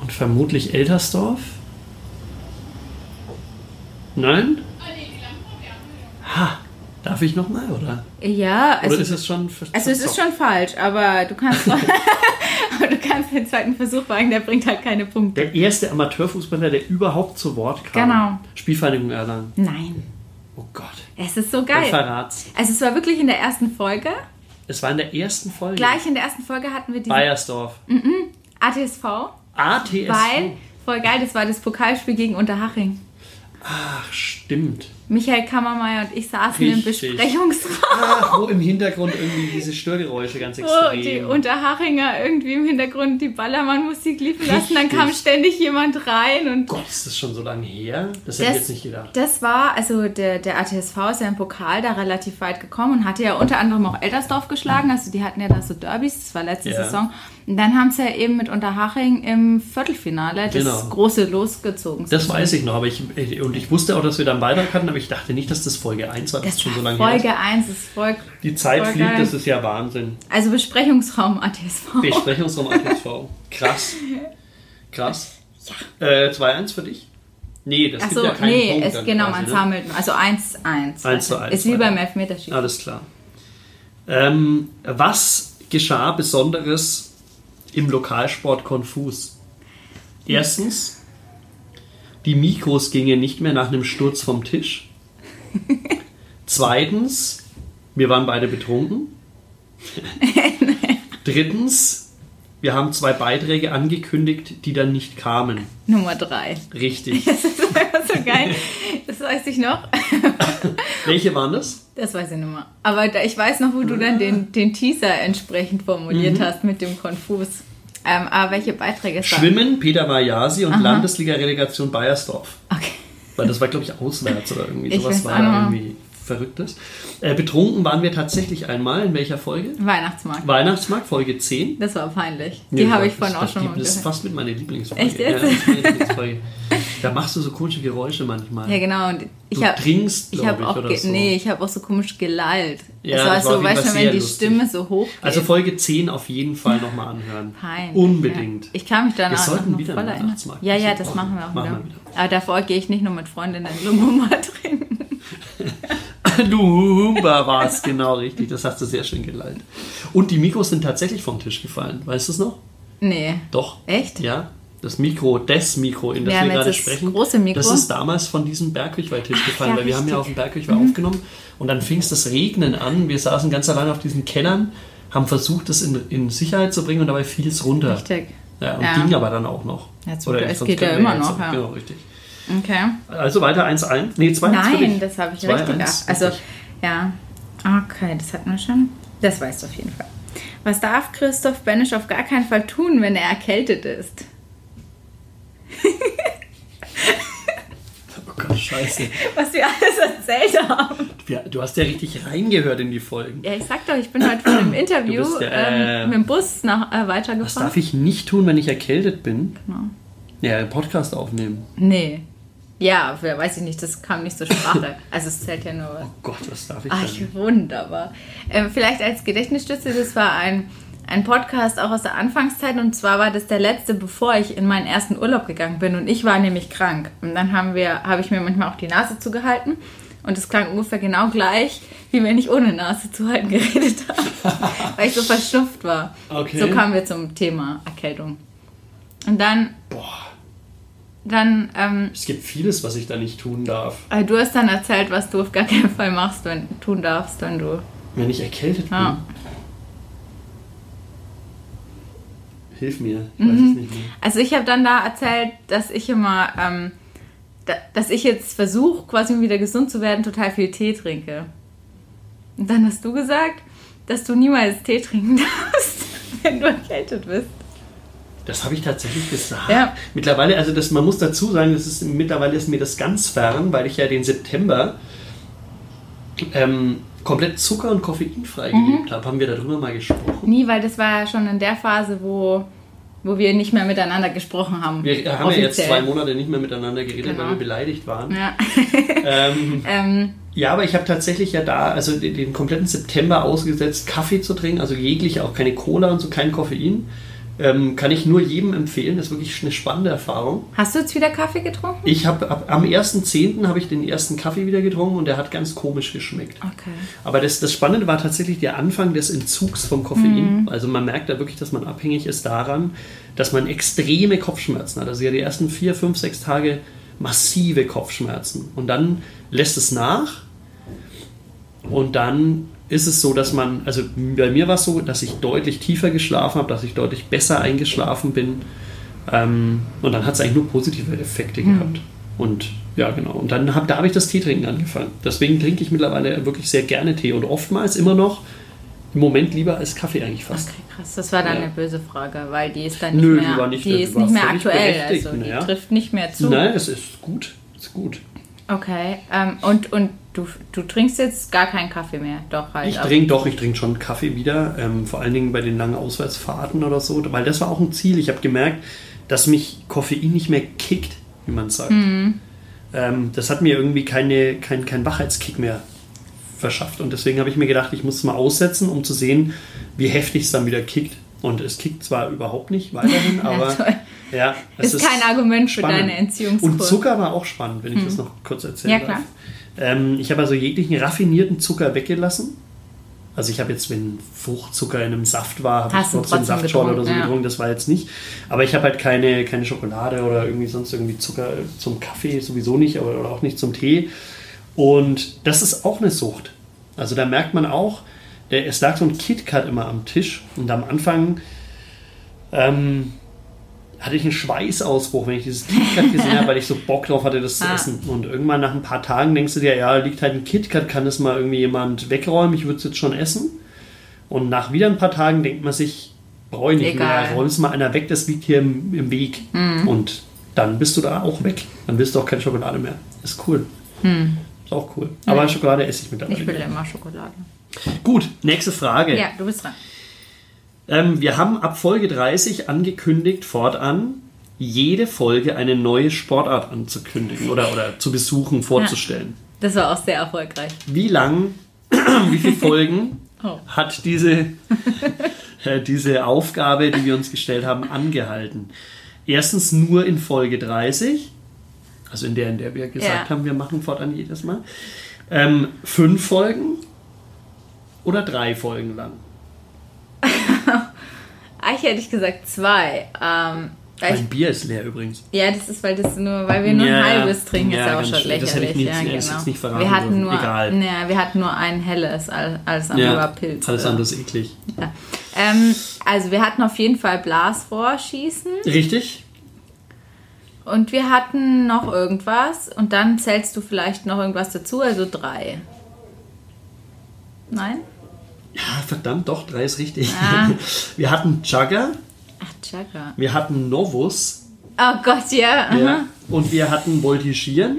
Speaker 1: Und vermutlich Eltersdorf. Nein? Ha, darf ich nochmal, oder?
Speaker 2: Ja, also
Speaker 1: oder ist es schon... ver-
Speaker 2: Also es ist
Speaker 1: verzockt?
Speaker 2: schon falsch, aber du kannst, aber du kannst den zweiten Versuch wagen, der bringt halt keine Punkte.
Speaker 1: Der erste Amateurfußballer, der überhaupt zu Wort kam.
Speaker 2: Genau.
Speaker 1: Spielvereinigung Erlangen.
Speaker 2: Nein,
Speaker 1: Oh Gott.
Speaker 2: es ist so
Speaker 1: Dann
Speaker 2: geil.
Speaker 1: verrat's.
Speaker 2: Also es war wirklich in der ersten Folge.
Speaker 1: Es war in der ersten Folge.
Speaker 2: Gleich in der ersten Folge hatten wir die
Speaker 1: Bayersdorf.
Speaker 2: ATSV,
Speaker 1: ATS.
Speaker 2: weil voll geil, das war das Pokalspiel gegen Unterhaching.
Speaker 1: Ach, stimmt.
Speaker 2: Michael Kammermeier und ich saßen im
Speaker 1: Richtig.
Speaker 2: Besprechungsraum,
Speaker 1: Ach, Ah, wo im Hintergrund irgendwie diese Störgeräusche ganz
Speaker 2: wo Oh, die
Speaker 1: extrem. Oh
Speaker 2: Unterhachinger irgendwie im Hintergrund die Ballermann-Musik liefen lassen. Dann kam
Speaker 1: Richtig.
Speaker 2: ständig jemand rein und
Speaker 1: Gott, ist das schon so lange her? Das hätte ich jetzt nicht gedacht.
Speaker 2: das war, also der, der ATSV ist ja im Pokal da relativ weit gekommen und hatte ja unter anderem auch Eltersdorf geschlagen. Also die hatten ja da so Derbys, das war letzte
Speaker 1: Ja.
Speaker 2: Saison. Und dann haben sie ja eben mit Unterhaching im Viertelfinale das
Speaker 1: Genau.
Speaker 2: große losgezogen.
Speaker 1: Das weiß ich noch, aber ich, äh, und ich wusste auch, dass wir dann weiter hatten, aber ich dachte nicht, dass das Folge 1 war, das,
Speaker 2: das
Speaker 1: ist schon so
Speaker 2: war
Speaker 1: lange her.
Speaker 2: Folge 1 ist voll.
Speaker 1: ist. Die Zeit
Speaker 2: voll
Speaker 1: fliegt,
Speaker 2: geil.
Speaker 1: das ist ja Wahnsinn.
Speaker 2: Also Besprechungsraum ATSV.
Speaker 1: Besprechungsraum ATSV. Krass. Krass. Äh, 2-1 für dich? Nee, das
Speaker 2: Ach
Speaker 1: gibt
Speaker 2: so,
Speaker 1: ja keinen
Speaker 2: nee,
Speaker 1: Punkt.
Speaker 2: es,
Speaker 1: dann
Speaker 2: genau,
Speaker 1: quasi,
Speaker 2: man
Speaker 1: ne?
Speaker 2: sammelt. Also 1-1.
Speaker 1: 1 zu 1,
Speaker 2: Ist wie beim
Speaker 1: weiter.
Speaker 2: Elfmeterschießen.
Speaker 1: Alles klar. Ähm, was geschah Besonderes im Lokalsport konfus? Erstens, die Mikros gingen nicht mehr nach einem Sturz vom Tisch. Zweitens, wir waren beide betrunken. Drittens, wir haben zwei Beiträge angekündigt, die dann nicht kamen.
Speaker 2: Nummer 3.
Speaker 1: Richtig.
Speaker 2: Das ist einfach so geil. Das weiß ich noch.
Speaker 1: Welche waren das?
Speaker 2: Das weiß ich nicht mehr. Aber da, ich weiß noch, wo du dann den, den Teaser entsprechend
Speaker 1: Mhm.
Speaker 2: formuliert hast mit dem Konfus. Ähm, aber welche Beiträge es waren.
Speaker 1: Schwimmen, Peter Vajasi und Landesliga-Relegation Bayersdorf.
Speaker 2: Okay.
Speaker 1: Weil das war, glaube ich, auswärts oder irgendwie
Speaker 2: Ich
Speaker 1: sowas
Speaker 2: weiß
Speaker 1: war
Speaker 2: auch noch.
Speaker 1: irgendwie Verrücktes. Äh, betrunken waren wir tatsächlich einmal. In welcher Folge?
Speaker 2: Weihnachtsmarkt.
Speaker 1: Weihnachtsmarkt, Folge 10.
Speaker 2: Das war peinlich.
Speaker 1: Nee,
Speaker 2: Die
Speaker 1: das
Speaker 2: habe
Speaker 1: war-
Speaker 2: ich vorhin
Speaker 1: das-
Speaker 2: auch schon
Speaker 1: die-
Speaker 2: mal
Speaker 1: Das ist
Speaker 2: gehört.
Speaker 1: fast mit meiner Lieblingsfolge.
Speaker 2: Echt
Speaker 1: Ja,
Speaker 2: jetzt?
Speaker 1: das ist meine Lieblingsfolge. Da machst du so komische Geräusche manchmal.
Speaker 2: Ja, genau. Und ich
Speaker 1: Du
Speaker 2: hab-
Speaker 1: trinkst,
Speaker 2: ich
Speaker 1: glaub
Speaker 2: habe
Speaker 1: ich,
Speaker 2: auch,
Speaker 1: oder
Speaker 2: ge-
Speaker 1: so.
Speaker 2: nee, ich habe auch so komisch gelallt.
Speaker 1: Ja,
Speaker 2: es
Speaker 1: das
Speaker 2: war
Speaker 1: war auf
Speaker 2: so,
Speaker 1: jeden
Speaker 2: weißt
Speaker 1: Fall
Speaker 2: du, wenn
Speaker 1: sehr
Speaker 2: die
Speaker 1: lustig.
Speaker 2: Stimme so hoch geht.
Speaker 1: Also Folge 10 auf jeden Fall nochmal anhören.
Speaker 2: peinlich.
Speaker 1: Unbedingt.
Speaker 2: Ja. Ich kann mich dann
Speaker 1: Wir
Speaker 2: auch
Speaker 1: sollten
Speaker 2: noch
Speaker 1: wieder
Speaker 2: voll
Speaker 1: einen
Speaker 2: erinnern.
Speaker 1: Weihnachtsmarkt
Speaker 2: Ja, ja,
Speaker 1: besuchen.
Speaker 2: das machen wir auch
Speaker 1: Machen
Speaker 2: wieder.
Speaker 1: wir wieder.
Speaker 2: Aber davor gehe ich nicht nur mit Freundinnen Lungo mal trinken.
Speaker 1: Du Humba war es, genau richtig. Das hast du sehr schön geleitet. Und die Mikros sind tatsächlich vom Tisch gefallen. Weißt du es noch?
Speaker 2: Nee.
Speaker 1: Doch.
Speaker 2: Echt?
Speaker 1: Ja. Das Mikro, das Mikro, in das
Speaker 2: Wir
Speaker 1: wir,
Speaker 2: haben jetzt
Speaker 1: gerade
Speaker 2: das
Speaker 1: sprechen.
Speaker 2: große Mikro.
Speaker 1: Das ist damals von diesem Bergkirchweih-Tisch gefallen,
Speaker 2: ja,
Speaker 1: weil wir haben
Speaker 2: richtig. Mhm.
Speaker 1: ja auf dem Bergkirchweih aufgenommen und dann fing es das Regnen an. Wir saßen ganz allein auf diesen Kellern, haben versucht, es in, in Sicherheit zu bringen und dabei fiel es runter.
Speaker 2: Richtig.
Speaker 1: Ja, und
Speaker 2: Ja.
Speaker 1: ging aber dann auch noch.
Speaker 2: Ja, zum Glück. Es
Speaker 1: sonst
Speaker 2: geht ja
Speaker 1: könnten wir
Speaker 2: immer noch, ja.
Speaker 1: Genau, richtig.
Speaker 2: Okay.
Speaker 1: Also weiter 1-1. Nee, 2-1 für
Speaker 2: Nein,
Speaker 1: dich.
Speaker 2: das habe ich
Speaker 1: 2-1
Speaker 2: richtig.
Speaker 1: für dich.
Speaker 2: ach, Also, ja. Okay, das hatten wir schon. Das weißt du auf jeden Fall. Was darf Christoph Benesch auf gar keinen Fall tun, wenn er erkältet ist?
Speaker 1: Oh Gott, scheiße.
Speaker 2: Was wir alles erzählt haben.
Speaker 1: Ja, du hast ja richtig reingehört in die Folgen.
Speaker 2: Ja, ich sag doch, ich bin heute von dem Interview
Speaker 1: Du bist ja, äh,
Speaker 2: ähm, mit dem Bus nach, äh, weitergefahren.
Speaker 1: Was darf ich nicht tun, wenn ich erkältet bin?
Speaker 2: Genau.
Speaker 1: Ja, einen Podcast aufnehmen.
Speaker 2: Nee. Ja, wer- weiß ich nicht, das kam nicht zur Sprache. Also es zählt ja nur was.
Speaker 1: Oh Gott, was darf ich
Speaker 2: Ach,
Speaker 1: denn?
Speaker 2: wunderbar. Ähm, vielleicht als Gedächtnisstütze, das war ein, ein Podcast auch aus der Anfangszeit und zwar war das der letzte, bevor ich in meinen ersten Urlaub gegangen bin und ich war nämlich krank. Und dann haben wir, habe ich mir manchmal auch die Nase zugehalten und es klang ungefähr genau gleich, wie wenn ich ohne Nase zuhalten geredet habe, weil ich so verschnupft war.
Speaker 1: Okay.
Speaker 2: So kamen wir zum Thema Erkältung. Und dann,
Speaker 1: Boah,
Speaker 2: dann ähm,
Speaker 1: es gibt vieles, was ich da nicht tun darf,
Speaker 2: äh, du hast dann erzählt, was du auf gar keinen Fall machst, wenn, tun darfst, wenn du
Speaker 1: wenn ich erkältet bin.
Speaker 2: Ja.
Speaker 1: Hilf mir, ich weiß es nicht mehr.
Speaker 2: Also ich habe dann da erzählt, dass ich immer, ähm, da, dass ich jetzt versuche, quasi um wieder gesund zu werden, total viel Tee trinke. Und dann hast du gesagt, dass du niemals Tee trinken darfst, wenn du erkältet bist.
Speaker 1: Das habe ich tatsächlich gesagt.
Speaker 2: Ja.
Speaker 1: Mittlerweile, also das, man muss dazu sagen, das ist, mittlerweile ist mir das ganz fern, weil ich ja den September ähm, komplett Zucker- und Koffeinfrei
Speaker 2: Mhm.
Speaker 1: gelebt habe. Haben wir darüber mal gesprochen?
Speaker 2: Nie, weil das war ja schon in der Phase, wo, wo wir nicht mehr miteinander gesprochen haben.
Speaker 1: Wir haben ja jetzt
Speaker 2: Offiziell.
Speaker 1: zwei Monate nicht mehr miteinander geredet,
Speaker 2: Genau.
Speaker 1: weil wir beleidigt waren.
Speaker 2: Ja.
Speaker 1: Ähm,
Speaker 2: Ähm,
Speaker 1: ja, aber ich habe tatsächlich ja da, also den, den kompletten September ausgesetzt, Kaffee zu trinken, also jegliche, auch keine Cola und so, kein Koffein. Ähm, kann ich nur jedem empfehlen, das ist wirklich eine spannende Erfahrung.
Speaker 2: hast du jetzt wieder Kaffee getrunken?
Speaker 1: Ich habe ab, am 1.10. habe ich den ersten Kaffee wieder getrunken und der hat ganz komisch geschmeckt.
Speaker 2: Okay.
Speaker 1: Aber das, das Spannende war tatsächlich der Anfang des Entzugs vom Koffein. Also man merkt da wirklich, dass man abhängig ist daran, dass man extreme Kopfschmerzen hat. Also ja die ersten vier, fünf, sechs Tage massive Kopfschmerzen. Und dann lässt es nach und dann ist es so, dass man, also bei mir war es so, dass ich deutlich tiefer geschlafen habe, dass ich deutlich besser eingeschlafen bin. Ähm, und dann hat es eigentlich nur positive Effekte gehabt. Und ja, genau. Und dann hab, da habe ich das Teetrinken angefangen. Deswegen trinke ich mittlerweile wirklich sehr gerne Tee und oftmals immer noch im Moment lieber als Kaffee eigentlich fast.
Speaker 2: Okay, krass. Das war dann
Speaker 1: Ja.
Speaker 2: eine böse Frage, weil die ist dann nicht
Speaker 1: Nö, die
Speaker 2: mehr,
Speaker 1: war nicht- die
Speaker 2: ist
Speaker 1: war
Speaker 2: nicht mehr
Speaker 1: völlig
Speaker 2: aktuell.
Speaker 1: berechtigt,
Speaker 2: Also die
Speaker 1: na ja.
Speaker 2: trifft nicht mehr zu.
Speaker 1: Nein, es ist gut. Es ist gut.
Speaker 2: Okay, ähm, und, und du, du trinkst jetzt gar keinen Kaffee mehr, doch halt.
Speaker 1: Ich
Speaker 2: aber-
Speaker 1: trinke doch, ich trinke schon Kaffee wieder, ähm, vor allen Dingen bei den langen Auswärtsfahrten oder so, weil das war auch ein Ziel. Ich habe gemerkt, dass mich Koffein nicht mehr kickt, wie man sagt.
Speaker 2: Mhm.
Speaker 1: Ähm, das hat mir irgendwie keine, kein, kein Wachheitskick mehr verschafft und deswegen habe ich mir gedacht, ich muss es mal aussetzen, um zu sehen, wie heftig es dann wieder kickt. Und es kickt zwar überhaupt nicht weiterhin, aber
Speaker 2: toll.
Speaker 1: ja, es
Speaker 2: Ist kein Argument für deine Entziehungskur.
Speaker 1: Und Zucker war auch spannend, wenn ich das noch kurz erzählen
Speaker 2: Ja,
Speaker 1: darf.
Speaker 2: klar.
Speaker 1: Ähm, ich habe also jeglichen raffinierten Zucker weggelassen. Also ich habe jetzt, wenn Fruchtzucker in einem Saft war, habe ich
Speaker 2: Hast du
Speaker 1: trotzdem
Speaker 2: trotzdem
Speaker 1: Saftschorle
Speaker 2: getrunken,
Speaker 1: oder so
Speaker 2: ja.
Speaker 1: getrunken, das war jetzt nicht. Aber ich habe halt keine, keine Schokolade oder irgendwie sonst irgendwie Zucker zum Kaffee sowieso nicht aber, oder auch nicht zum Tee. Und das ist auch eine Sucht. Also da merkt man auch, der, es lag so ein KitKat immer am Tisch und am Anfang ähm, hatte ich einen Schweißausbruch, wenn ich dieses KitKat gesehen habe, weil ich so Bock drauf hatte, das zu
Speaker 2: Ah.
Speaker 1: essen. Und irgendwann nach ein paar Tagen denkst du dir, ja, liegt halt ein KitKat, kann das mal irgendwie jemand wegräumen, ich würde es jetzt schon essen. Und nach wieder ein paar Tagen denkt man sich, brauche ich nicht
Speaker 2: Egal. Mhm.
Speaker 1: mehr, räum es mal einer weg, das liegt hier im, im Weg. Und dann bist du da auch weg. Dann willst du auch keine Schokolade mehr. Ist cool. Ist auch cool. Aber Schokolade esse ich mittlerweile.
Speaker 2: Hm. Ich will
Speaker 1: gerne.
Speaker 2: immer Schokolade.
Speaker 1: Gut, nächste Frage.
Speaker 2: Ja, du bist dran.
Speaker 1: Ähm, wir haben ab Folge 30 angekündigt, fortan jede Folge eine neue Sportart anzukündigen oder, oder zu besuchen, vorzustellen.
Speaker 2: Das war auch sehr erfolgreich.
Speaker 1: Wie lang, wie viele Folgen
Speaker 2: Oh.
Speaker 1: hat diese, äh, diese Aufgabe, die wir uns gestellt haben, angehalten? Erstens nur in Folge 30, also in der, in der wir gesagt
Speaker 2: Ja.
Speaker 1: haben, wir machen fortan jedes Mal. Ähm, fünf Folgen oder drei Folgen lang?
Speaker 2: Ah, Eigentlich hätte ich gesagt zwei, ähm,
Speaker 1: Mein
Speaker 2: Weil ich,
Speaker 1: Bier ist leer übrigens.
Speaker 2: ja, das ist, weil das nur, weil wir nur
Speaker 1: Ja,
Speaker 2: ein halbes trinken,
Speaker 1: ja,
Speaker 2: ist ja auch
Speaker 1: ganz
Speaker 2: schon
Speaker 1: schön.
Speaker 2: lächerlich.
Speaker 1: Das hätte ich
Speaker 2: ja,
Speaker 1: nicht-
Speaker 2: genau.
Speaker 1: das hätte ich nicht verraten
Speaker 2: wir hatten
Speaker 1: dürfen.
Speaker 2: nur,
Speaker 1: Egal.
Speaker 2: Nee, wir hatten nur ein helles, all- alles andere war Pilz.
Speaker 1: Alles
Speaker 2: ja.
Speaker 1: andere ist eklig.
Speaker 2: Ja. Ähm, also wir hatten auf jeden Fall Blasrohr schießen
Speaker 1: Richtig?
Speaker 2: und wir hatten noch irgendwas und dann zählst du vielleicht noch irgendwas dazu, also drei. Nein?
Speaker 1: Ah, verdammt, doch, drei ist richtig.
Speaker 2: Ah.
Speaker 1: Wir hatten Jugger,
Speaker 2: Ach, Chaka.
Speaker 1: wir hatten Novus
Speaker 2: Oh Gott, ja. aha.
Speaker 1: ja, und wir hatten Voltigieren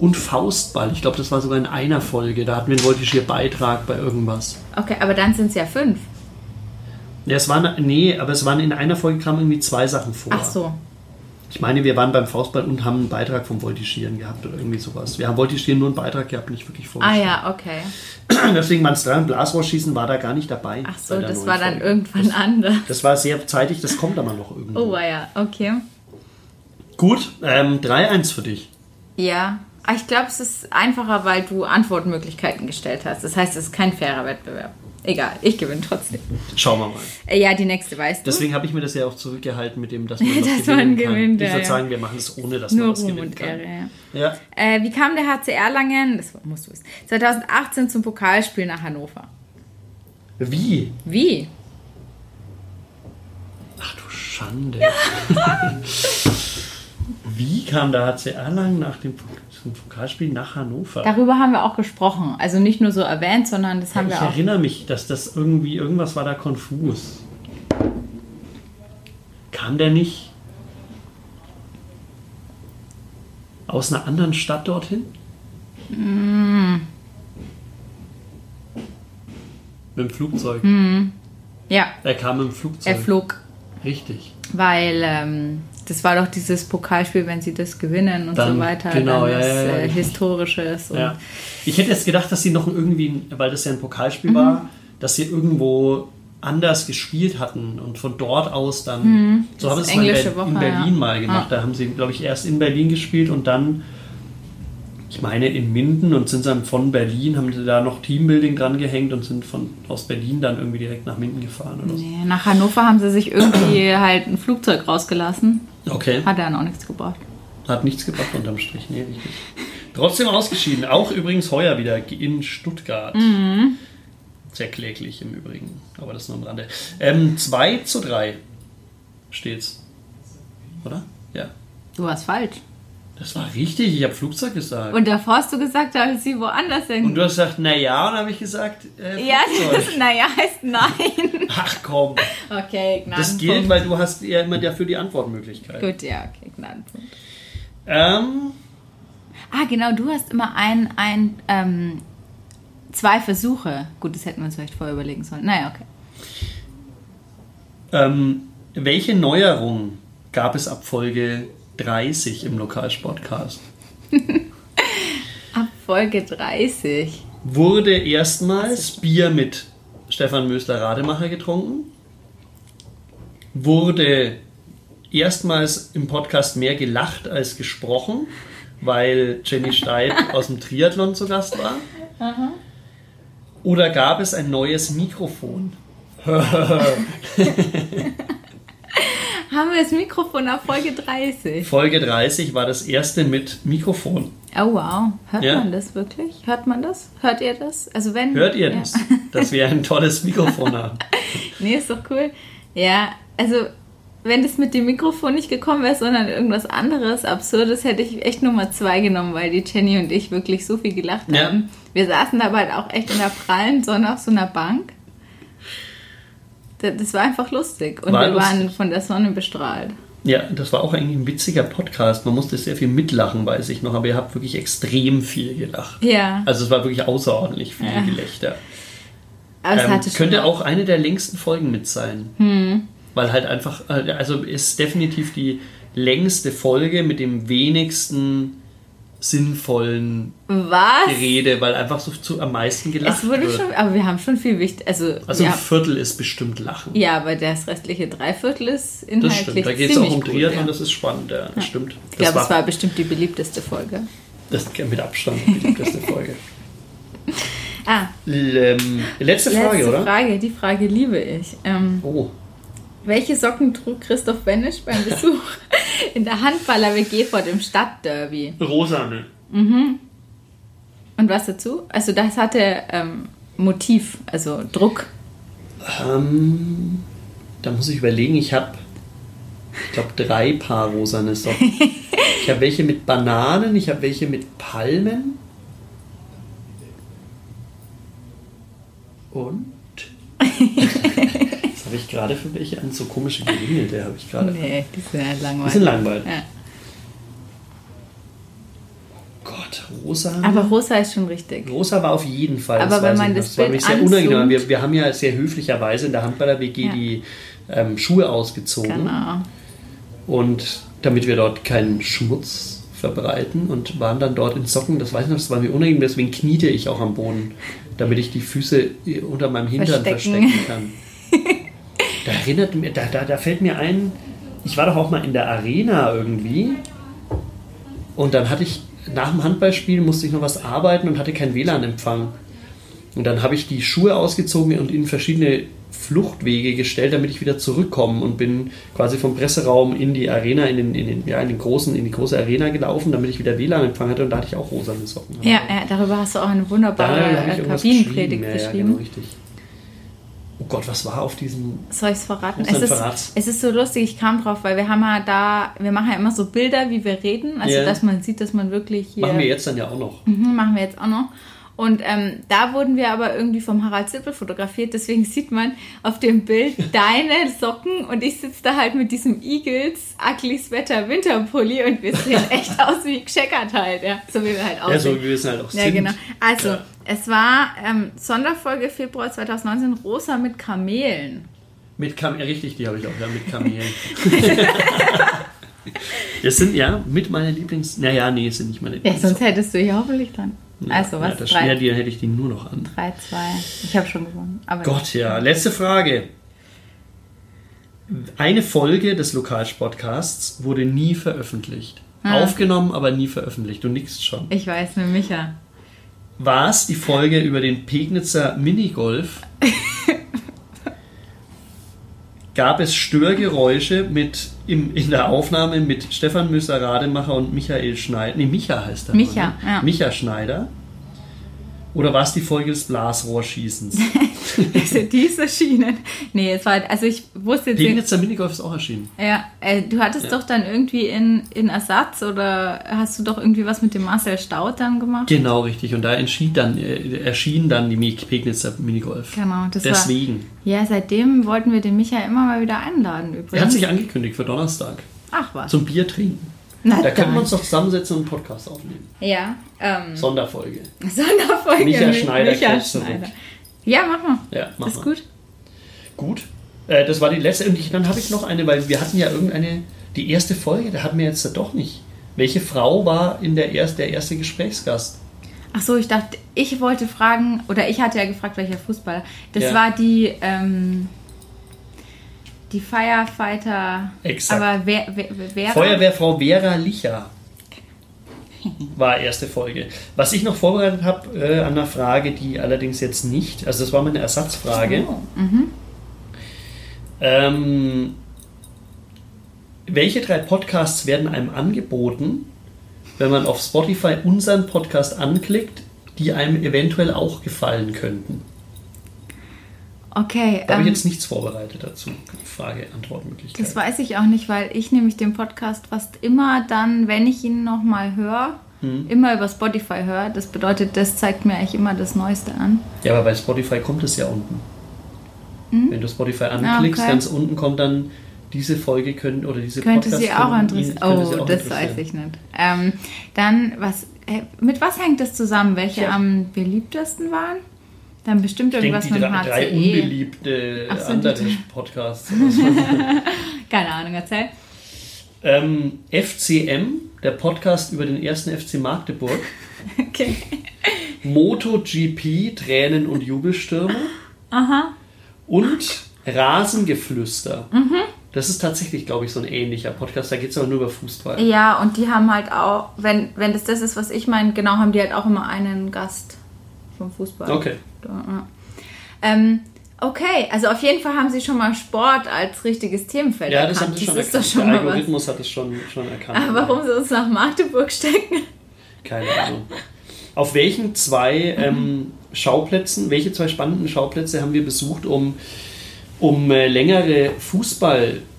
Speaker 1: und Faustball. Ich glaube, das war sogar in einer Folge. Da hatten wir einen Voltigier-Beitrag bei irgendwas.
Speaker 2: Okay, aber dann sind es ja fünf.
Speaker 1: Ja, es waren, nee, aber es waren in einer Folge kamen irgendwie zwei Sachen vor.
Speaker 2: Ach so.
Speaker 1: oh, Ich meine, wir waren beim Faustball und haben einen Beitrag vom Voltigieren gehabt oder irgendwie sowas. Wir haben Voltigieren nur einen Beitrag gehabt, nicht wirklich
Speaker 2: Ah
Speaker 1: vorgestellt.
Speaker 2: ja, okay.
Speaker 1: Deswegen waren es drei und Blasrohrschießen war da gar nicht dabei.
Speaker 2: Ach so,
Speaker 1: bei der
Speaker 2: das
Speaker 1: neuen
Speaker 2: war dann
Speaker 1: Folge.
Speaker 2: irgendwann anders.
Speaker 1: Das war sehr zeitig, das kommt aber noch irgendwie.
Speaker 2: Oh ja, okay.
Speaker 1: Gut, ähm, 3-1 für dich.
Speaker 2: Ja. Ah, Ich glaube, es ist einfacher, weil du Antwortmöglichkeiten gestellt hast. Das heißt, es ist kein fairer Wettbewerb. Egal, ich gewinne trotzdem.
Speaker 1: Schauen wir mal.
Speaker 2: Äh, Ja, die nächste weißt du.
Speaker 1: Deswegen habe ich mir das ja auch zurückgehalten mit dem, dass man das
Speaker 2: Dass man
Speaker 1: gewinnen kann.
Speaker 2: gewinnt,
Speaker 1: ich
Speaker 2: ja,
Speaker 1: würde
Speaker 2: ja.
Speaker 1: sagen, wir machen es ohne, dass man
Speaker 2: Nur
Speaker 1: das
Speaker 2: Ruhm
Speaker 1: gewinnen
Speaker 2: und
Speaker 1: kann.
Speaker 2: Ehre. ja.
Speaker 1: Ja,
Speaker 2: Äh, wie kam der HC Erlangen, das musst du wissen, 2018 zum Pokalspiel nach Hannover?
Speaker 1: wie?
Speaker 2: Wie?
Speaker 1: Ach du Schande. wie kam der HC Erlangen nach dem Pok- zum Pokalspiel nach Hannover?
Speaker 2: Darüber haben wir auch gesprochen. Also nicht nur so erwähnt, sondern das haben
Speaker 1: ich
Speaker 2: wir auch.
Speaker 1: erinnere mich, dass das irgendwie, irgendwas war da konfus. Kam der nicht aus einer anderen Stadt dorthin?
Speaker 2: Hm.
Speaker 1: Mit dem Flugzeug.
Speaker 2: Ja,
Speaker 1: Er kam mit dem Flugzeug.
Speaker 2: Hm. er flog,
Speaker 1: Richtig.
Speaker 2: weil ähm, das war doch dieses Pokalspiel, wenn sie das gewinnen und
Speaker 1: Dann-
Speaker 2: so weiter.
Speaker 1: genau,
Speaker 2: dann
Speaker 1: ja,
Speaker 2: das
Speaker 1: ja, ja,
Speaker 2: äh,
Speaker 1: richtig.
Speaker 2: Historisches. Und,
Speaker 1: Ja. Ich hätte jetzt gedacht, dass sie noch irgendwie, weil das ja ein Pokalspiel
Speaker 2: Mhm.
Speaker 1: war, dass sie irgendwo anders gespielt hatten und von dort aus dann. So
Speaker 2: Mhm. Das
Speaker 1: haben sie es mal in,
Speaker 2: englische
Speaker 1: Ber- in
Speaker 2: Woche,
Speaker 1: Berlin
Speaker 2: ja.
Speaker 1: mal gemacht. Da haben sie, glaube ich, erst in Berlin gespielt und dann, ich meine, in Minden und sind dann von Berlin, haben sie da noch Teambuilding dran gehängt und sind von aus Berlin dann irgendwie direkt nach Minden gefahren oder so.
Speaker 2: Nee, nach Hannover haben sie sich irgendwie halt ein Flugzeug rausgelassen.
Speaker 1: Okay.
Speaker 2: Hat dann auch nichts gebracht.
Speaker 1: Hat nichts gebracht unterm Strich, nee, richtig. Trotzdem ausgeschieden. Auch übrigens heuer wieder in Stuttgart.
Speaker 2: Mhm.
Speaker 1: Sehr kläglich im Übrigen, aber das nur am Rande. Ähm, 2 zu 3 steht's. Oder? Ja.
Speaker 2: Du warst falsch.
Speaker 1: Das war richtig, ich habe Flugzeug gesagt.
Speaker 2: Und davor hast du gesagt, da ist sie woanders hin.
Speaker 1: Und du hast gesagt, naja, und dann habe ich gesagt, äh,
Speaker 2: ja,
Speaker 1: Flugzeug.
Speaker 2: das, naja, heißt nein.
Speaker 1: Ach komm,
Speaker 2: Okay, Gnadenpunkt.
Speaker 1: das gilt, weil du hast ja immer dafür die Antwortmöglichkeit.
Speaker 2: Gut, ja, okay, Gnadenpunkt.
Speaker 1: Ähm,
Speaker 2: Ah, genau, du hast immer ein, ein, ähm, zwei Versuche. Gut, das hätten wir uns vielleicht vorher überlegen sollen. Naja, okay.
Speaker 1: ähm, welche Neuerungen gab es ab Folge 30 im Lokalsportcast?
Speaker 2: Ab Folge 30.
Speaker 1: wurde erstmals Bier mit Stefan Mösler-Rademacher getrunken, wurde erstmals im Podcast mehr gelacht als gesprochen, weil Jenny Steib aus dem Triathlon zu Gast war. Oder gab es ein neues Mikrofon?
Speaker 2: Haben wir das Mikrofon ab Folge 30?
Speaker 1: Folge 30 war das erste mit Mikrofon.
Speaker 2: Oh, wow. Hört
Speaker 1: Ja.
Speaker 2: man das wirklich? Hört man das? Hört ihr das? Also wenn...
Speaker 1: Hört ihr
Speaker 2: ja.
Speaker 1: das? Dass wir ein tolles Mikrofon haben.
Speaker 2: Nee, ist doch cool. Ja, also wenn das mit dem Mikrofon nicht gekommen wäre, sondern irgendwas anderes Absurdes, hätte ich echt Nummer zwei genommen, weil die Jenny und ich wirklich so viel gelacht
Speaker 1: Ja.
Speaker 2: haben. Wir saßen dabei halt auch echt in der prallen Sonne auf so einer Bank. Da- Das war einfach lustig und
Speaker 1: War
Speaker 2: wir waren
Speaker 1: lustig.
Speaker 2: von der Sonne bestrahlt.
Speaker 1: Ja, das war auch eigentlich ein witziger Podcast. Man musste sehr viel mitlachen, weiß ich noch, aber ihr habt wirklich extrem viel gelacht.
Speaker 2: Ja,
Speaker 1: Also es war wirklich außerordentlich viel
Speaker 2: Ja.
Speaker 1: Gelächter.
Speaker 2: aber es
Speaker 1: Ähm,
Speaker 2: hatte schon Hm.
Speaker 1: könnte auch eine der längsten Folgen mit sein. Weil halt einfach, äh, also ist definitiv die längste Folge mit dem wenigsten sinnvollen
Speaker 2: was?
Speaker 1: Gerede, weil einfach so zu, am meisten gelacht
Speaker 2: Es wurde
Speaker 1: wird.
Speaker 2: schon, aber wir haben schon viel wichtig. Also,
Speaker 1: also
Speaker 2: ja,
Speaker 1: ein Viertel ist bestimmt Lachen.
Speaker 2: ja, aber das restliche Dreiviertel ist
Speaker 1: Das
Speaker 2: inhaltlich
Speaker 1: stimmt, da geht es auch
Speaker 2: ziemlich
Speaker 1: um
Speaker 2: gut,
Speaker 1: Triathlon,
Speaker 2: ja.
Speaker 1: das ist spannend, ja, das stimmt.
Speaker 2: Ich glaube, es war bestimmt die beliebteste Folge.
Speaker 1: das ist mit Abstand die beliebteste Folge.
Speaker 2: Ah,
Speaker 1: L- ähm, letzte Frage,
Speaker 2: letzte
Speaker 1: oder?
Speaker 2: Frage, die Frage liebe ich. Ähm,
Speaker 1: Oh,
Speaker 2: Welche Socken trug Christoph Benesch beim Besuch in der Handballer-WG Gefort im Stadtderby?
Speaker 1: Rosane.
Speaker 2: Und was dazu? Also das hatte ähm, Motiv, also Druck.
Speaker 1: Ähm, da muss ich überlegen, ich habe, ich glaube, drei Paar rosane Socken. ich habe welche mit Bananen, ich habe welche mit Palmen. Und? Was habe ich gerade für welche an? So komische Gelinge, der habe ich gerade.
Speaker 2: Nee, die sind ja langweilig.
Speaker 1: Bisschen langweilig.
Speaker 2: Ja.
Speaker 1: Gott, rosa.
Speaker 2: Aber rosa ist schon richtig.
Speaker 1: Rosa war auf jeden Fall.
Speaker 2: Aber wenn
Speaker 1: weiß
Speaker 2: man
Speaker 1: ich noch.
Speaker 2: das
Speaker 1: das war
Speaker 2: Bild
Speaker 1: nämlich sehr
Speaker 2: anzoomt-
Speaker 1: unangenehm. Wir, wir haben ja sehr höflicherweise in der Handballer-WG
Speaker 2: Ja.
Speaker 1: die ähm, Schuhe ausgezogen.
Speaker 2: Genau.
Speaker 1: Und damit wir dort keinen Schmutz verbreiten und waren dann dort in Socken. Das weiß ich noch, das war mir unangenehm, deswegen kniete ich auch am Boden, damit ich die Füße äh, unter meinem Hintern verstecken,
Speaker 2: Verstecken.
Speaker 1: kann. da erinnert mir, da, da, da fällt mir ein, ich war doch auch mal in der Arena irgendwie und dann hatte ich nach dem Handballspiel musste ich noch was arbeiten und hatte keinen WLAN-Empfang. Und dann habe ich die Schuhe ausgezogen und in verschiedene Fluchtwege gestellt, damit ich wieder zurückkomme und bin quasi vom Presseraum in die Arena, in, den, in, den, ja, in, den großen, in die große Arena gelaufen, damit ich wieder WLAN-Empfang hatte und da hatte ich auch rosane Socken.
Speaker 2: Ja, ja, darüber hast du auch eine wunderbare
Speaker 1: da habe ich
Speaker 2: äh,
Speaker 1: irgendwas
Speaker 2: Kabinenpredigt
Speaker 1: geschrieben. Ja,
Speaker 2: geschrieben.
Speaker 1: ja, genau, richtig. Oh Gott, was war auf diesem...
Speaker 2: Soll ich es verraten?
Speaker 1: Muss
Speaker 2: Es
Speaker 1: man
Speaker 2: ist,
Speaker 1: verraten.
Speaker 2: es ist so lustig, ich kam drauf, weil wir haben ja da, wir machen ja immer so Bilder, wie wir reden, also
Speaker 1: Ja.
Speaker 2: dass man sieht, dass man wirklich hier.
Speaker 1: Machen wir jetzt dann ja auch noch.
Speaker 2: Mhm, machen wir jetzt auch noch. Und ähm, da wurden wir aber irgendwie vom Harald Zippel fotografiert, deswegen sieht man auf dem Bild deine Socken und ich sitze da halt mit diesem Eagles Ugly Sweater Winterpulli und wir sehen echt aus wie gescheckert halt, ja. So wie wir halt
Speaker 1: Ja, so
Speaker 2: aussehen.
Speaker 1: wie wir es halt auch
Speaker 2: Ja,
Speaker 1: sind.
Speaker 2: genau. Also,
Speaker 1: Ja.
Speaker 2: es war ähm, Sonderfolge Februar 2019 Rosa mit Kamelen.
Speaker 1: Mit Kam richtig, die habe ich auch, ja, mit Kamelen. das sind ja mit meiner Lieblings... Naja, nee, es sind nicht meine
Speaker 2: Ja,
Speaker 1: Lieblings...
Speaker 2: sonst hättest du hier hoffentlich dran. also, was?
Speaker 1: Ja, das
Speaker 2: drei,
Speaker 1: schwer dir hätte ich die nur noch an.
Speaker 2: drei, zwei. Ich habe schon gewonnen. Aber
Speaker 1: Gott, ja. Letzte Frage. Eine Folge des Lokalsportcasts wurde nie veröffentlicht.
Speaker 2: Ah.
Speaker 1: Aufgenommen, aber nie veröffentlicht. Du nix schon.
Speaker 2: Ich weiß, ne Micha.
Speaker 1: War es die Folge über den Pegnitzer Minigolf? Gab es Störgeräusche mit im, in der Aufnahme mit Stefan Müsser-Rademacher und Michael Schneider? Nee, Micha heißt er.
Speaker 2: Micha,
Speaker 1: ne?
Speaker 2: ja.
Speaker 1: Micha Schneider. Oder war es die Folge des Blasrohrschießens?
Speaker 2: Also, diese Schienen. Nee, es war, also ich wusste jetzt nicht.
Speaker 1: Pegnitzer Minigolf ist auch erschienen.
Speaker 2: Ja, äh, du hattest doch dann irgendwie in, in Ersatz oder hast du doch irgendwie was mit dem Marcel Staud dann gemacht?
Speaker 1: Genau, richtig. Und da entschied dann, äh, erschien dann die Mi- Pegnitzer Minigolf.
Speaker 2: Genau, das war-
Speaker 1: Deswegen.
Speaker 2: ja, seitdem wollten wir den Micha immer mal wieder einladen übrigens.
Speaker 1: Er hat sich angekündigt für Donnerstag.
Speaker 2: Ach was.
Speaker 1: Zum Bier trinken.
Speaker 2: Na
Speaker 1: da können
Speaker 2: dann.
Speaker 1: wir uns doch zusammensetzen und einen Podcast aufnehmen.
Speaker 2: Ja, ähm,
Speaker 1: Sonderfolge.
Speaker 2: Sonderfolge.
Speaker 1: Micha
Speaker 2: mit
Speaker 1: Schneider
Speaker 2: Micha
Speaker 1: kehrt zurück.
Speaker 2: Schneider. Ja, mach mal.
Speaker 1: Ja, mach
Speaker 2: ist
Speaker 1: mal.
Speaker 2: gut.
Speaker 1: Gut. Äh, das war die letzte. Und ich, dann habe ich noch eine, weil wir hatten ja irgendeine. Die erste Folge, da hatten wir jetzt doch nicht. Welche Frau war in der, erst, der erste Gesprächsgast?
Speaker 2: Ach so, ich dachte, ich wollte fragen, oder ich hatte ja gefragt, welcher Fußballer. Das
Speaker 1: Ja.
Speaker 2: war die, ähm, die Firefighter.
Speaker 1: Exakt.
Speaker 2: Aber wer, wer, wer, wer
Speaker 1: Feuerwehrfrau Vera Licher war erste Folge. Was ich noch vorbereitet habe äh, an einer Frage, die allerdings jetzt nicht, also das war meine Ersatzfrage.
Speaker 2: Oh.
Speaker 1: Ähm, welche drei Podcasts werden einem angeboten, wenn man auf Spotify unseren Podcast anklickt, die einem eventuell auch gefallen könnten?
Speaker 2: Okay,
Speaker 1: Da habe ich
Speaker 2: ähm,
Speaker 1: jetzt nichts vorbereitet dazu. Frage, Antwortmöglichkeit.
Speaker 2: das weiß ich auch nicht, weil ich nämlich den Podcast fast immer dann, wenn ich ihn nochmal höre,
Speaker 1: Mhm.
Speaker 2: immer über Spotify höre. Das bedeutet, das zeigt mir eigentlich immer das Neueste an.
Speaker 1: Ja, aber bei Spotify kommt es ja unten. Wenn du Spotify anklickst,
Speaker 2: Hm? Ah, okay.
Speaker 1: ganz unten kommt dann diese Folge können oder diese
Speaker 2: Könnte
Speaker 1: Podcast
Speaker 2: sie auch
Speaker 1: können ihn-
Speaker 2: interessieren.
Speaker 1: könnte sie
Speaker 2: Oh,
Speaker 1: auch
Speaker 2: das
Speaker 1: interessieren.
Speaker 2: weiß ich nicht. Ähm, dann, was, äh, mit was hängt das zusammen? Welche
Speaker 1: Tja.
Speaker 2: am beliebtesten waren? Dann bestimmt
Speaker 1: Ich denke,
Speaker 2: irgendwas
Speaker 1: die
Speaker 2: mit E.
Speaker 1: drei,
Speaker 2: dem
Speaker 1: drei
Speaker 2: HCE.
Speaker 1: unbeliebte
Speaker 2: Ach so, die
Speaker 1: andere
Speaker 2: drei.
Speaker 1: Podcasts. oder so.
Speaker 2: Keine Ahnung, erzähl.
Speaker 1: ähm, FCM, der Podcast über den ersten FC Magdeburg.
Speaker 2: Okay.
Speaker 1: MotoGP, Tränen und Jubelstürme. Und Rasengeflüster.
Speaker 2: Mhm.
Speaker 1: Das ist tatsächlich, glaube ich, so ein ähnlicher Podcast. Da geht es aber nur über Fußball.
Speaker 2: Ja, und die haben halt auch, wenn, wenn das das ist, was ich meine, genau, haben die halt auch immer einen Gast vom Fußball.
Speaker 1: Okay.
Speaker 2: Da, ja. Ähm, Okay, also auf jeden Fall haben sie schon mal Sport als richtiges Themenfeld
Speaker 1: Ja,
Speaker 2: erkannt.
Speaker 1: das haben sie schon
Speaker 2: das ist
Speaker 1: erkannt.
Speaker 2: doch schon
Speaker 1: Der
Speaker 2: mal was.
Speaker 1: Algorithmus hat es schon, schon erkannt.
Speaker 2: Aber warum sie uns nach Magdeburg stecken?
Speaker 1: Keine Ahnung. Auf welchen zwei ähm, Schauplätzen, welche zwei spannenden Schauplätze haben wir besucht, um, um äh, längere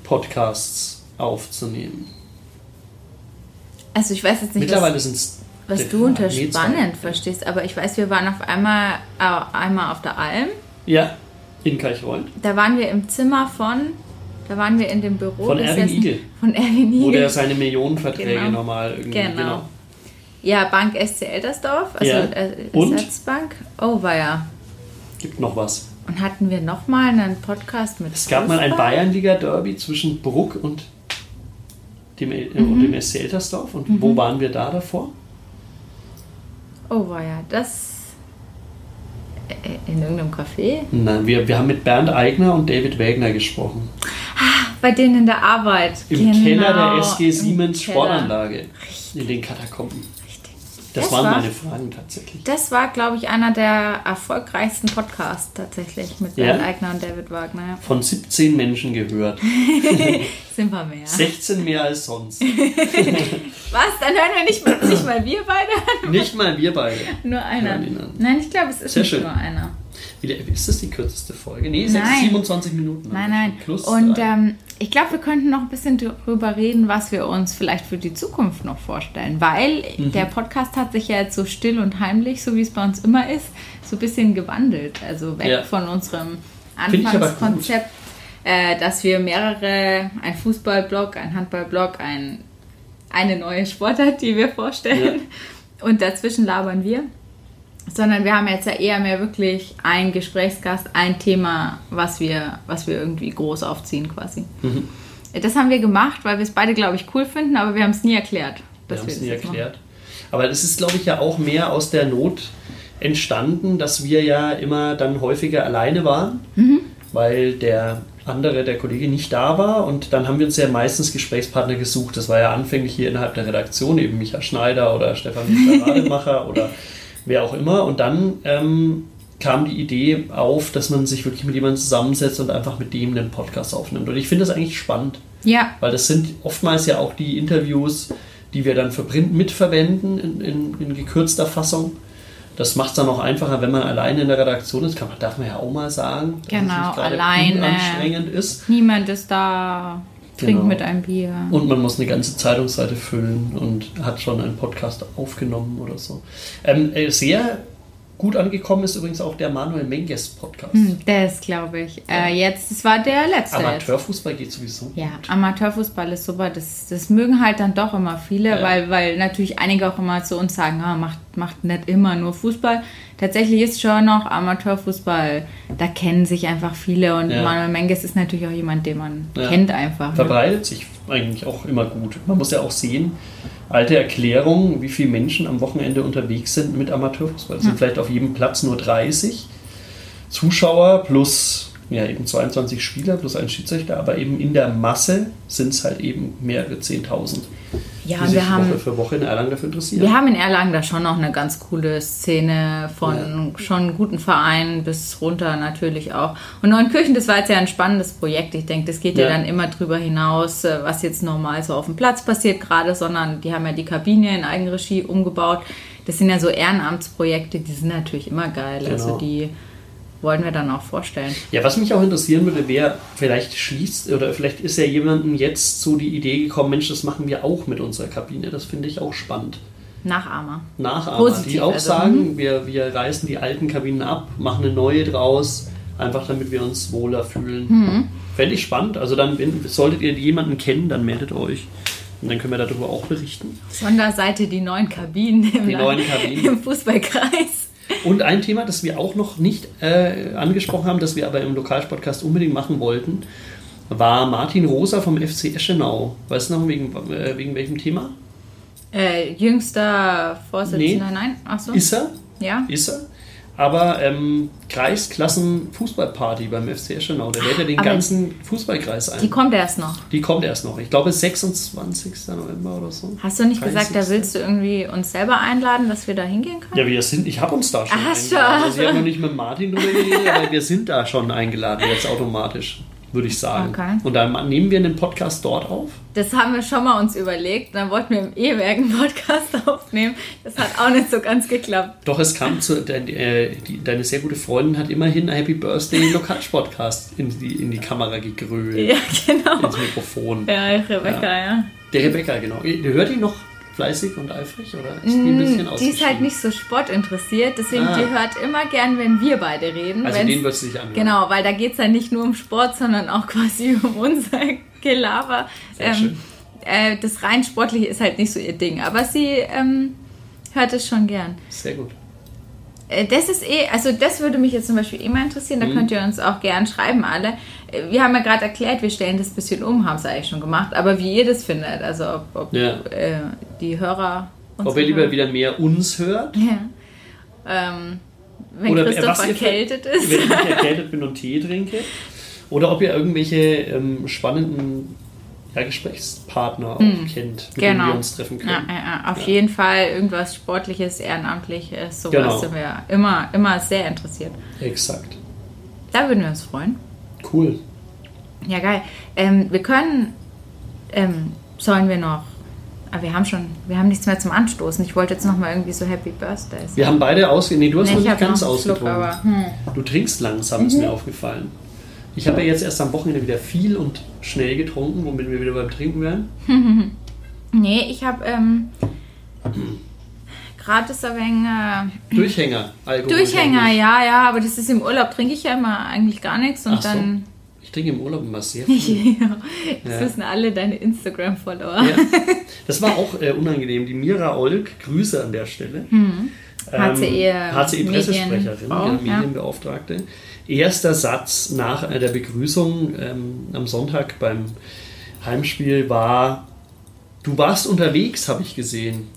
Speaker 1: Fußball-Podcasts aufzunehmen?
Speaker 2: Also ich weiß jetzt nicht,
Speaker 1: Mittlerweile sind es.
Speaker 2: was, was du unter spannend verstehst, aber ich weiß, wir waren auf einmal, äh, einmal auf der Alm.
Speaker 1: Ja, in Kalchreuth.
Speaker 2: Da waren wir im Zimmer von, da waren wir in dem Büro.
Speaker 1: Von Erwin
Speaker 2: gesessen.
Speaker 1: Igel.
Speaker 2: Von Erwin
Speaker 1: Wo der
Speaker 2: Igel.
Speaker 1: seine Millionenverträge
Speaker 2: Genau.
Speaker 1: normal irgendwie.
Speaker 2: Genau. Ja, Bank SC Eldersdorf, also
Speaker 1: Ja.
Speaker 2: äh,
Speaker 1: Und?
Speaker 2: Ersatzbank. Oh, war ja.
Speaker 1: Gibt noch was.
Speaker 2: Und hatten wir nochmal einen Podcast mit
Speaker 1: Es gab mal ein
Speaker 2: Fußball?
Speaker 1: Bayernliga-Derby zwischen Bruck und dem, äh, und
Speaker 2: Mhm.
Speaker 1: dem SC Eltersdorf. Und wo waren wir da davor?
Speaker 2: Oh, war ja. Das äh, in irgendeinem Café?
Speaker 1: Nein, wir, wir haben mit Bernd Eigner und David Wägner gesprochen.
Speaker 2: Bei denen in der Arbeit.
Speaker 1: Im
Speaker 2: Genau,
Speaker 1: Keller der SG
Speaker 2: im
Speaker 1: Siemens
Speaker 2: Keller.
Speaker 1: Sportanlage. In den Katakomben. Das,
Speaker 2: Das
Speaker 1: waren
Speaker 2: war-
Speaker 1: meine Fragen tatsächlich.
Speaker 2: Das war, glaube ich, einer der erfolgreichsten Podcasts tatsächlich mit
Speaker 1: Ja?
Speaker 2: Bernd Eigner und David Wagner.
Speaker 1: Von 17 Menschen gehört.
Speaker 2: Sind wir mehr.
Speaker 1: 16 mehr als sonst.
Speaker 2: Was? Dann hören wir nicht, mal- nicht mal wir beide an?
Speaker 1: Nicht mal wir beide.
Speaker 2: Nur einer.
Speaker 1: Hören ihn an.
Speaker 2: Nein, ich glaube, es ist
Speaker 1: Sehr
Speaker 2: nicht
Speaker 1: schön.
Speaker 2: nur einer.
Speaker 1: Wie, ist das die kürzeste Folge? Nee,
Speaker 2: Nein.
Speaker 1: 27 Minuten.
Speaker 2: Nein, nein.
Speaker 1: Plus
Speaker 2: und
Speaker 1: drei.
Speaker 2: ähm, ich glaube, wir könnten noch ein bisschen darüber reden, was wir uns vielleicht für die Zukunft noch vorstellen. Weil
Speaker 1: Mhm.
Speaker 2: der Podcast hat sich ja jetzt so still und heimlich, so wie es bei uns immer ist, so ein bisschen gewandelt. Also weg
Speaker 1: Ja.
Speaker 2: von unserem
Speaker 1: ich aber gut.
Speaker 2: Anfangskonzept, äh, dass wir mehrere, ein Fußballblog, ein Handballblog, ein, eine neue Sportart, die wir vorstellen. Und dazwischen labern wir sondern wir haben jetzt ja eher mehr wirklich einen Gesprächsgast, ein Thema, was wir, was wir irgendwie groß aufziehen quasi.
Speaker 1: Mhm.
Speaker 2: Das haben wir gemacht, weil wir es beide, glaube ich, cool finden, aber wir haben es nie erklärt.
Speaker 1: Wir
Speaker 2: dass
Speaker 1: haben es
Speaker 2: das
Speaker 1: nie
Speaker 2: jetzt machen.
Speaker 1: erklärt. Aber das ist, glaube ich, ja auch mehr aus der Not entstanden, dass wir ja immer dann häufiger alleine waren, weil der andere, der Kollege, nicht da war. Und dann haben wir uns ja meistens Gesprächspartner gesucht. Das war ja anfänglich hier innerhalb der Redaktion, eben Micha Schneider oder Stefan Micha Rademacher oder wer auch immer. Und dann ähm, kam die Idee auf, dass man sich wirklich mit jemandem zusammensetzt und einfach mit dem einen Podcast aufnimmt. Und ich finde das eigentlich spannend.
Speaker 2: Ja,
Speaker 1: Weil das sind oftmals ja auch die Interviews, die wir dann für Print mitverwenden in, in, in gekürzter Fassung. Das macht es dann auch einfacher, wenn man alleine in der Redaktion ist. Kann man, darf man ja auch mal sagen, dass es
Speaker 2: Genau,
Speaker 1: nicht gerade
Speaker 2: alleine.
Speaker 1: anstrengend ist.
Speaker 2: niemand ist da, trinkt
Speaker 1: Genau.
Speaker 2: mit einem Bier.
Speaker 1: Und man muss eine ganze Zeitungsseite füllen und hat schon einen Podcast aufgenommen oder so. Ähm, äh, sehr gut angekommen ist übrigens auch der Manuel Menges Podcast.
Speaker 2: Hm, Das glaube ich. Äh, jetzt, das war der letzte. jetzt.
Speaker 1: Amateurfußball geht sowieso.
Speaker 2: Ja, Amateurfußball ist super. Das, das mögen halt dann doch immer viele,
Speaker 1: Ja.
Speaker 2: weil, weil natürlich einige auch immer zu uns sagen, ah, macht, macht nicht immer nur Fußball. Tatsächlich ist schon noch Amateurfußball, da kennen sich einfach viele und
Speaker 1: Ja.
Speaker 2: Manuel Menges ist natürlich auch jemand, den man
Speaker 1: Ja.
Speaker 2: kennt einfach. ne?
Speaker 1: verbreitet sich eigentlich auch immer gut. Man muss ja auch sehen, alte Erklärungen, wie viele Menschen am Wochenende unterwegs sind mit Amateurfußball. Es sind vielleicht auf jedem Platz nur 30 Zuschauer plus ja, eben 22 Spieler plus ein Schiedsrichter, aber eben in der Masse sind es halt eben mehrere 10.000,
Speaker 2: Ja,
Speaker 1: die
Speaker 2: und
Speaker 1: sich
Speaker 2: wir haben,
Speaker 1: Woche für Woche in Erlangen dafür interessieren.
Speaker 2: wir haben in Erlangen da schon noch eine ganz coole Szene von schon guten Vereinen bis runter natürlich auch. Und Neunkirchen, das war jetzt ja ein spannendes Projekt. Ich denke, das geht ja,
Speaker 1: Ja.
Speaker 2: dann immer drüber hinaus, äh, was jetzt normal so auf dem Platz passiert gerade, sondern die haben ja die Kabine in Eigenregie umgebaut. Das sind ja so Ehrenamtsprojekte, die sind natürlich immer geil. Also
Speaker 1: Genau.
Speaker 2: die wollen wir dann auch vorstellen.
Speaker 1: Ja, was mich auch interessieren würde, wer vielleicht schließt oder vielleicht ist ja jemandem jetzt so die Idee gekommen, Mensch, das machen wir auch mit unserer Kabine. Das finde ich auch spannend.
Speaker 2: Nachahmer.
Speaker 1: Nachahmer,
Speaker 2: Positiv,
Speaker 1: die auch
Speaker 2: also,
Speaker 1: sagen, wir, wir reißen die alten Kabinen ab, machen eine neue draus, einfach damit wir uns wohler fühlen.
Speaker 2: Mhm.
Speaker 1: Fände ich spannend. Also dann, wenn, solltet ihr jemanden kennen, dann meldet euch. Und dann können wir darüber auch berichten.
Speaker 2: Sonderseite die neuen Kabinen im,
Speaker 1: Die
Speaker 2: Land-
Speaker 1: neuen Kabinen.
Speaker 2: im Fußballkreis.
Speaker 1: Und ein Thema, das wir auch noch nicht äh, angesprochen haben, das wir aber im Lokalsportcast unbedingt machen wollten, war Martin Rosa vom FC Eschenau. Weißt du noch, wegen, äh, wegen welchem Thema?
Speaker 2: Äh, jüngster Vorsitzender,
Speaker 1: Nee.
Speaker 2: nein? Ach so.
Speaker 1: Ist er?
Speaker 2: ja.
Speaker 1: Ist er? Aber ähm, Kreisklassen-Fußballparty beim FC Eschenau, da lädt er den
Speaker 2: Aber
Speaker 1: ganzen Fußballkreis ein.
Speaker 2: Ah, Die
Speaker 1: Die,
Speaker 2: kommt erst noch.
Speaker 1: kommt erst noch. Ich glaube, 26. November oder so.
Speaker 2: Hast du nicht gesagt, da
Speaker 1: 30.?
Speaker 2: willst du irgendwie uns selber einladen, dass wir da hingehen können?
Speaker 1: Ja, wir sind, ich habe uns da schon
Speaker 2: Ach,
Speaker 1: eingeladen.
Speaker 2: schon.
Speaker 1: Also ich habe noch nicht mit Martin drüber geredet, aber wir sind da schon eingeladen, jetzt automatisch, würde ich sagen.
Speaker 2: Okay.
Speaker 1: Und dann nehmen wir den Podcast dort auf.
Speaker 2: Das haben wir schon mal uns überlegt. Dann wollten wir im E-Werk einen Podcast aufnehmen. Das hat auch nicht so ganz geklappt.
Speaker 1: Doch es kam zu, dein, äh, die, deine sehr gute Freundin hat immerhin Happy Birthday Lokalsch Podcast in die, in die Kamera gegrölt,
Speaker 2: Ja, genau.
Speaker 1: ins Mikrofon.
Speaker 2: Ja, Rebecca, ja.
Speaker 1: Der Rebecca, genau. Ihr- Hört die noch fleißig und eifrig oder ist die ein bisschen
Speaker 2: Die ist halt
Speaker 1: ausgeschieden?
Speaker 2: nicht so sportinteressiert, deswegen
Speaker 1: Ah.
Speaker 2: die hört immer gern, wenn wir beide reden.
Speaker 1: Also
Speaker 2: wenn's-
Speaker 1: den würdest du dich anhören.
Speaker 2: Genau, weil da geht es ja nicht nur um Sport, sondern auch quasi um unser Gelaber. Ähm,
Speaker 1: Sehr schön.
Speaker 2: äh, das rein Sportliche ist halt nicht so ihr Ding, aber sie ähm, hört es schon gern.
Speaker 1: Sehr gut.
Speaker 2: Äh, Das ist eh, also das würde mich jetzt zum Beispiel eh mal interessieren,
Speaker 1: Mhm.
Speaker 2: da könnt ihr uns auch gern schreiben, alle. Äh, Wir haben ja gerade erklärt, wir stellen das ein bisschen um, haben es eigentlich schon gemacht, aber wie ihr das findet, also ob, ob
Speaker 1: Ja.
Speaker 2: äh, die Hörer uns
Speaker 1: Ob ihr lieber
Speaker 2: hören.
Speaker 1: wieder mehr uns hört,
Speaker 2: Ja. Ähm, wenn
Speaker 1: Oder, äh,
Speaker 2: Christoph
Speaker 1: was ihr für-
Speaker 2: erkältet ist.
Speaker 1: wenn ich erkältet bin und Tee trinke, oder ob ihr irgendwelche ähm, spannenden ja, Gesprächspartner auch kennt, mit denen wir uns treffen können.
Speaker 2: Mm. Genau. Ja, ja, ja. Auf jeden Fall irgendwas Sportliches, Ehrenamtliches, sowas
Speaker 1: Genau.
Speaker 2: sind wir immer, immer sehr interessiert.
Speaker 1: Exakt.
Speaker 2: Da würden wir uns freuen.
Speaker 1: Cool.
Speaker 2: Ja, geil. Ähm, wir können, ähm, sollen wir noch, aber wir haben schon, wir haben nichts mehr zum Anstoßen. Ich wollte jetzt nochmal irgendwie so Happy Birthday sagen.
Speaker 1: Wir haben beide ausge... Nee, du hast
Speaker 2: Nee,
Speaker 1: noch
Speaker 2: ich
Speaker 1: nicht
Speaker 2: hab noch
Speaker 1: ganz
Speaker 2: einen Schluck,
Speaker 1: ausgetrunken.
Speaker 2: aber, Mhm. hm.
Speaker 1: Du trinkst langsam, ist mir aufgefallen. Ich habe ja jetzt erst am Wochenende wieder viel und schnell getrunken, womit wir wieder beim Trinken wären.
Speaker 2: Nee, ich habe ähm, gratis ein wenig, äh,
Speaker 1: Durchhänger, Alkohol.
Speaker 2: Durchhänger,
Speaker 1: ja.
Speaker 2: ja, ja, aber das ist im Urlaub, trinke ich ja immer eigentlich gar nichts und
Speaker 1: Ach so.
Speaker 2: dann.
Speaker 1: Ich trinke im Urlaub immer sehr viel.
Speaker 2: Ja.
Speaker 1: Ja.
Speaker 2: Das wissen alle deine Instagram-Follower.
Speaker 1: Ja. Das war auch äh, unangenehm. Die Mira Olk, Grüße an der Stelle.
Speaker 2: Hm.
Speaker 1: Ähm,
Speaker 2: HCE
Speaker 1: HCE-Pressesprecherin,
Speaker 2: Medienfrau,
Speaker 1: E ja,
Speaker 2: E ja.
Speaker 1: Medienbeauftragte. Erster Satz nach äh, der Begrüßung ähm, am Sonntag beim Heimspiel war: Du warst unterwegs, habe ich gesehen.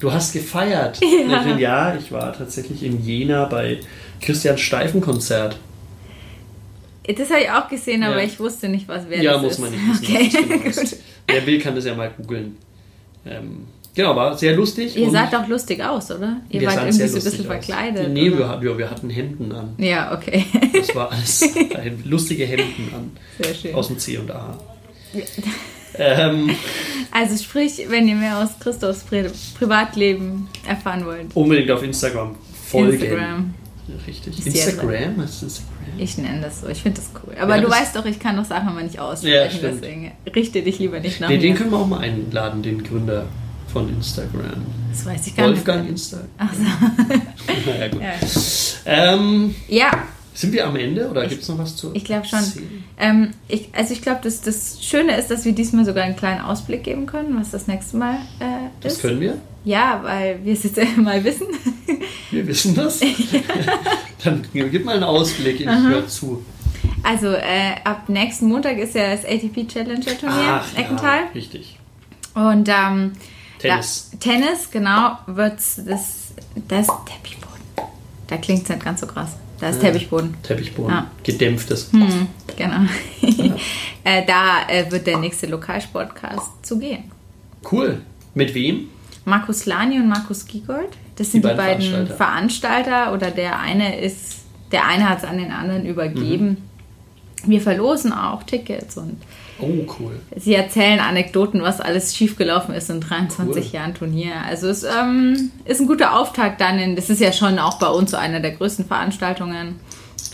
Speaker 1: Du hast gefeiert.
Speaker 2: Ja.
Speaker 1: Ja. ja, ich war tatsächlich in Jena bei Christian Steifen Konzert.
Speaker 2: Äh, Das habe ich auch gesehen, aber
Speaker 1: Ja.
Speaker 2: ich wusste nicht, was wer
Speaker 1: ja,
Speaker 2: das
Speaker 1: muss
Speaker 2: ist.
Speaker 1: man nicht wissen.
Speaker 2: Okay,
Speaker 1: was das genau ist.
Speaker 2: gut.
Speaker 1: Wer will, kann das ja mal googeln. Ähm, genau, war sehr lustig.
Speaker 2: Ihr
Speaker 1: und
Speaker 2: saht auch lustig aus, oder? Ihr
Speaker 1: wir
Speaker 2: wart
Speaker 1: sahen sehr
Speaker 2: irgendwie so ein bisschen
Speaker 1: lustig aus.
Speaker 2: verkleidet.
Speaker 1: Nee, wir,
Speaker 2: oder?
Speaker 1: hatten- ja, wir hatten Hemden an.
Speaker 2: Ja, okay.
Speaker 1: Das war alles lustige Hemden an.
Speaker 2: Sehr schön.
Speaker 1: Aus dem C und A. Ähm,
Speaker 2: Also sprich, wenn ihr mehr aus Christophs Pri Privatleben erfahren wollt.
Speaker 1: unbedingt auf Instagram folgen.
Speaker 2: Instagram.
Speaker 1: Richtig.
Speaker 2: Ist die
Speaker 1: Instagram? Was ist Instagram?
Speaker 2: Ich nenne das so. Ich finde das cool. Aber
Speaker 1: Ja,
Speaker 2: du
Speaker 1: das-
Speaker 2: weißt doch, ich kann doch Sachen mal nicht
Speaker 1: Ja,
Speaker 2: aussprechen.
Speaker 1: stimmt.
Speaker 2: deswegen richte dich lieber nicht nach
Speaker 1: Nee, den
Speaker 2: mir.
Speaker 1: können wir auch mal einladen, den Gründer von Instagram.
Speaker 2: Das weiß ich gar
Speaker 1: Wolfgang
Speaker 2: nicht.
Speaker 1: Instagram. Ach so. naja, gut.
Speaker 2: Ja.
Speaker 1: Ähm,
Speaker 2: Ja,
Speaker 1: sind wir am Ende oder gibt es noch was zu?
Speaker 2: Ich glaube schon.
Speaker 1: erzählen?
Speaker 2: Ähm, ich, also ich glaube, das, das Schöne ist, dass wir diesmal sogar einen kleinen Ausblick geben können, was das nächste Mal äh, ist.
Speaker 1: Das können wir.
Speaker 2: Ja, weil wir es jetzt mal wissen.
Speaker 1: Wir wissen das. Dann gib mal einen Ausblick. Ich höre zu.
Speaker 2: Also äh, ab nächsten Montag ist ja das ATP Challenger Turnier
Speaker 1: Ach,
Speaker 2: in Eckenthal.
Speaker 1: Ja, richtig.
Speaker 2: Und ähm,
Speaker 1: Tennis.
Speaker 2: Da, Tennis, genau, wird das, das Teppichboden. Da klingt es nicht ganz so krass. Da ist Teppichboden.
Speaker 1: Teppichboden.
Speaker 2: Ah.
Speaker 1: Gedämpftes.
Speaker 2: Genau. äh, da äh, wird der nächste Lokalsportcast zugehen.
Speaker 1: Cool. Mit wem?
Speaker 2: Markus Lani und Markus Giegold. Das sind die, beiden, Veranstalter. oder der eine ist, der eine hat es an den anderen übergeben.
Speaker 1: Mhm.
Speaker 2: Wir verlosen auch Tickets und
Speaker 1: Oh, cool.
Speaker 2: sie erzählen Anekdoten, was alles schiefgelaufen ist in 23
Speaker 1: Cool.
Speaker 2: Jahren Turnier. Also es ähm, ist ein guter Auftakt dann. In, das ist ja schon auch bei uns so einer der größten Veranstaltungen.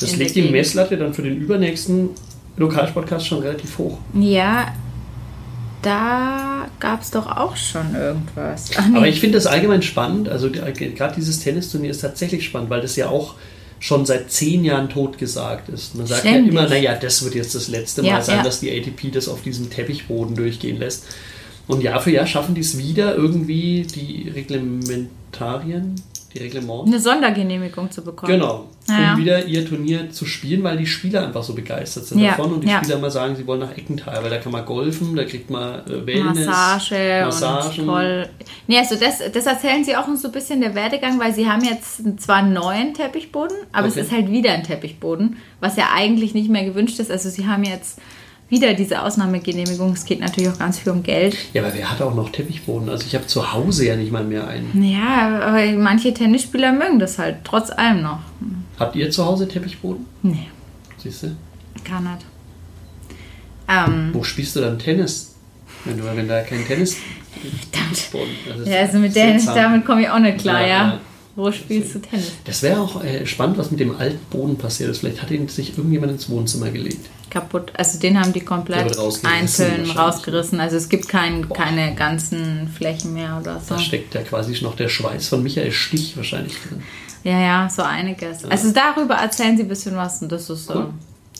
Speaker 1: Das
Speaker 2: in
Speaker 1: legt
Speaker 2: der
Speaker 1: die
Speaker 2: Gegend.
Speaker 1: Messlatte dann für den übernächsten Lokalsportcast schon relativ hoch.
Speaker 2: Ja, da gab es doch auch schon irgendwas. Ach
Speaker 1: Aber
Speaker 2: nee,
Speaker 1: ich finde das allgemein spannend. Also gerade dieses Tennisturnier ist tatsächlich spannend, weil das ja auch schon seit zehn Jahren totgesagt ist. Man sagt
Speaker 2: Ständig.
Speaker 1: ja immer, naja, das wird jetzt das letzte
Speaker 2: Ja,
Speaker 1: Mal sein,
Speaker 2: ja.
Speaker 1: dass die ATP das auf diesem Teppichboden durchgehen lässt. Und Jahr für Jahr schaffen die es wieder, irgendwie die Reglementarien, die Reglement.
Speaker 2: eine Sondergenehmigung zu bekommen.
Speaker 1: Genau,
Speaker 2: Naja.
Speaker 1: um wieder ihr Turnier zu spielen, weil die Spieler einfach so begeistert sind
Speaker 2: Ja,
Speaker 1: davon und die
Speaker 2: ja.
Speaker 1: Spieler mal sagen, sie wollen nach Eckental, weil da kann man golfen, da kriegt man äh, Wellness,
Speaker 2: Massage
Speaker 1: Massagen.
Speaker 2: und toll. Nee, also das, das erzählen sie auch uns so ein bisschen der Werdegang, weil sie haben jetzt zwar einen neuen Teppichboden, aber
Speaker 1: Okay.
Speaker 2: es ist halt wieder ein Teppichboden, was ja eigentlich nicht mehr gewünscht ist. Also sie haben jetzt wieder diese Ausnahmegenehmigung. Es geht natürlich auch ganz viel um Geld.
Speaker 1: Ja, aber wer hat auch noch Teppichboden? Also ich habe zu Hause ja nicht mal mehr einen.
Speaker 2: Ja, aber manche Tennisspieler mögen das halt, trotz allem noch.
Speaker 1: Habt ihr zu Hause Teppichboden?
Speaker 2: Nee,
Speaker 1: Siehst
Speaker 2: Hm.
Speaker 1: du?
Speaker 2: kann nicht. Ähm,
Speaker 1: Wo spielst du dann Tennis? Wenn, du, wenn da kein Tennisboden
Speaker 2: verdammt.
Speaker 1: das ist.
Speaker 2: Ja, also mit der,
Speaker 1: seltsam.
Speaker 2: damit komme ich auch nicht klar,
Speaker 1: Ja,
Speaker 2: ja.
Speaker 1: ja.
Speaker 2: Wo spielst du Tennis?
Speaker 1: Das wäre auch äh, spannend, was mit dem alten Boden passiert ist. Vielleicht hat ihn sich irgendjemand ins Wohnzimmer gelegt.
Speaker 2: kaputt. Also den haben die
Speaker 1: Der
Speaker 2: komplett
Speaker 1: wird rausgerissen
Speaker 2: einzeln
Speaker 1: wahrscheinlich.
Speaker 2: rausgerissen. Also es gibt kein, keine ganzen Flächen mehr oder so.
Speaker 1: Da steckt ja quasi noch der Schweiß von Michael Stich wahrscheinlich drin.
Speaker 2: Ja, ja, so einiges. Also darüber erzählen sie ein bisschen was und das ist so.
Speaker 1: Cool.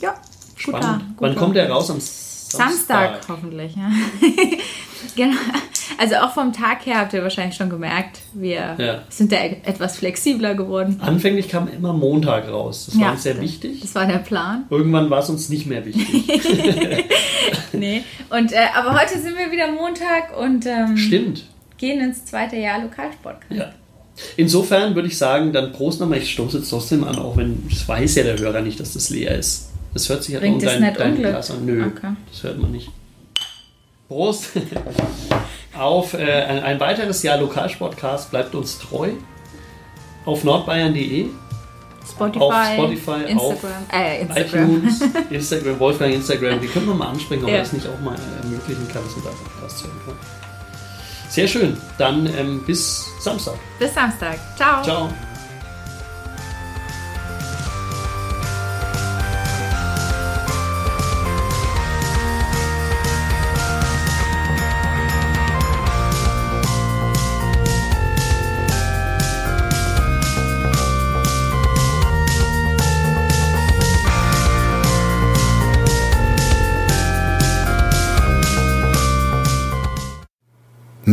Speaker 2: Ja, guter,
Speaker 1: Spannend. Wann
Speaker 2: guter.
Speaker 1: kommt der raus? Am
Speaker 2: Samstag,
Speaker 1: Samstag.
Speaker 2: hoffentlich, ja. genau. Also auch vom Tag her habt ihr wahrscheinlich schon gemerkt, wir
Speaker 1: Ja.
Speaker 2: sind da e- etwas flexibler geworden.
Speaker 1: Anfänglich kam immer Montag raus. Das war
Speaker 2: Ja.
Speaker 1: uns sehr wichtig.
Speaker 2: Das war der Plan.
Speaker 1: Irgendwann war es uns nicht mehr wichtig.
Speaker 2: Nee. Und äh, aber heute sind wir wieder Montag und ähm,
Speaker 1: Stimmt.
Speaker 2: gehen ins zweite Jahr Lokalsport.
Speaker 1: Ja. Insofern würde ich sagen, dann Prost nochmal. Ich stoße jetzt trotzdem an, auch wenn das weiß ja der Hörer nicht, dass das leer ist. Das hört sich ja
Speaker 2: Bringt
Speaker 1: um
Speaker 2: es
Speaker 1: dein,
Speaker 2: nicht
Speaker 1: dein
Speaker 2: Unglück?
Speaker 1: Glas an. Nö,
Speaker 2: Okay.
Speaker 1: das hört man nicht. Prost auf äh, ein, ein weiteres Jahr Lokalsportcast. Bleibt uns treu auf nordbayern.de,
Speaker 2: Spotify,
Speaker 1: Auf Spotify,
Speaker 2: Instagram, äh, Instagram.
Speaker 1: iTunes, Instagram, Wolfgang Instagram. Die können wir mal ansprechen, ob
Speaker 2: Ja.
Speaker 1: man das nicht auch mal äh, ermöglichen kann, dass man da Podcast hören kann. Sehr schön. Dann ähm, bis Samstag.
Speaker 2: Bis Samstag. Ciao.
Speaker 1: Ciao.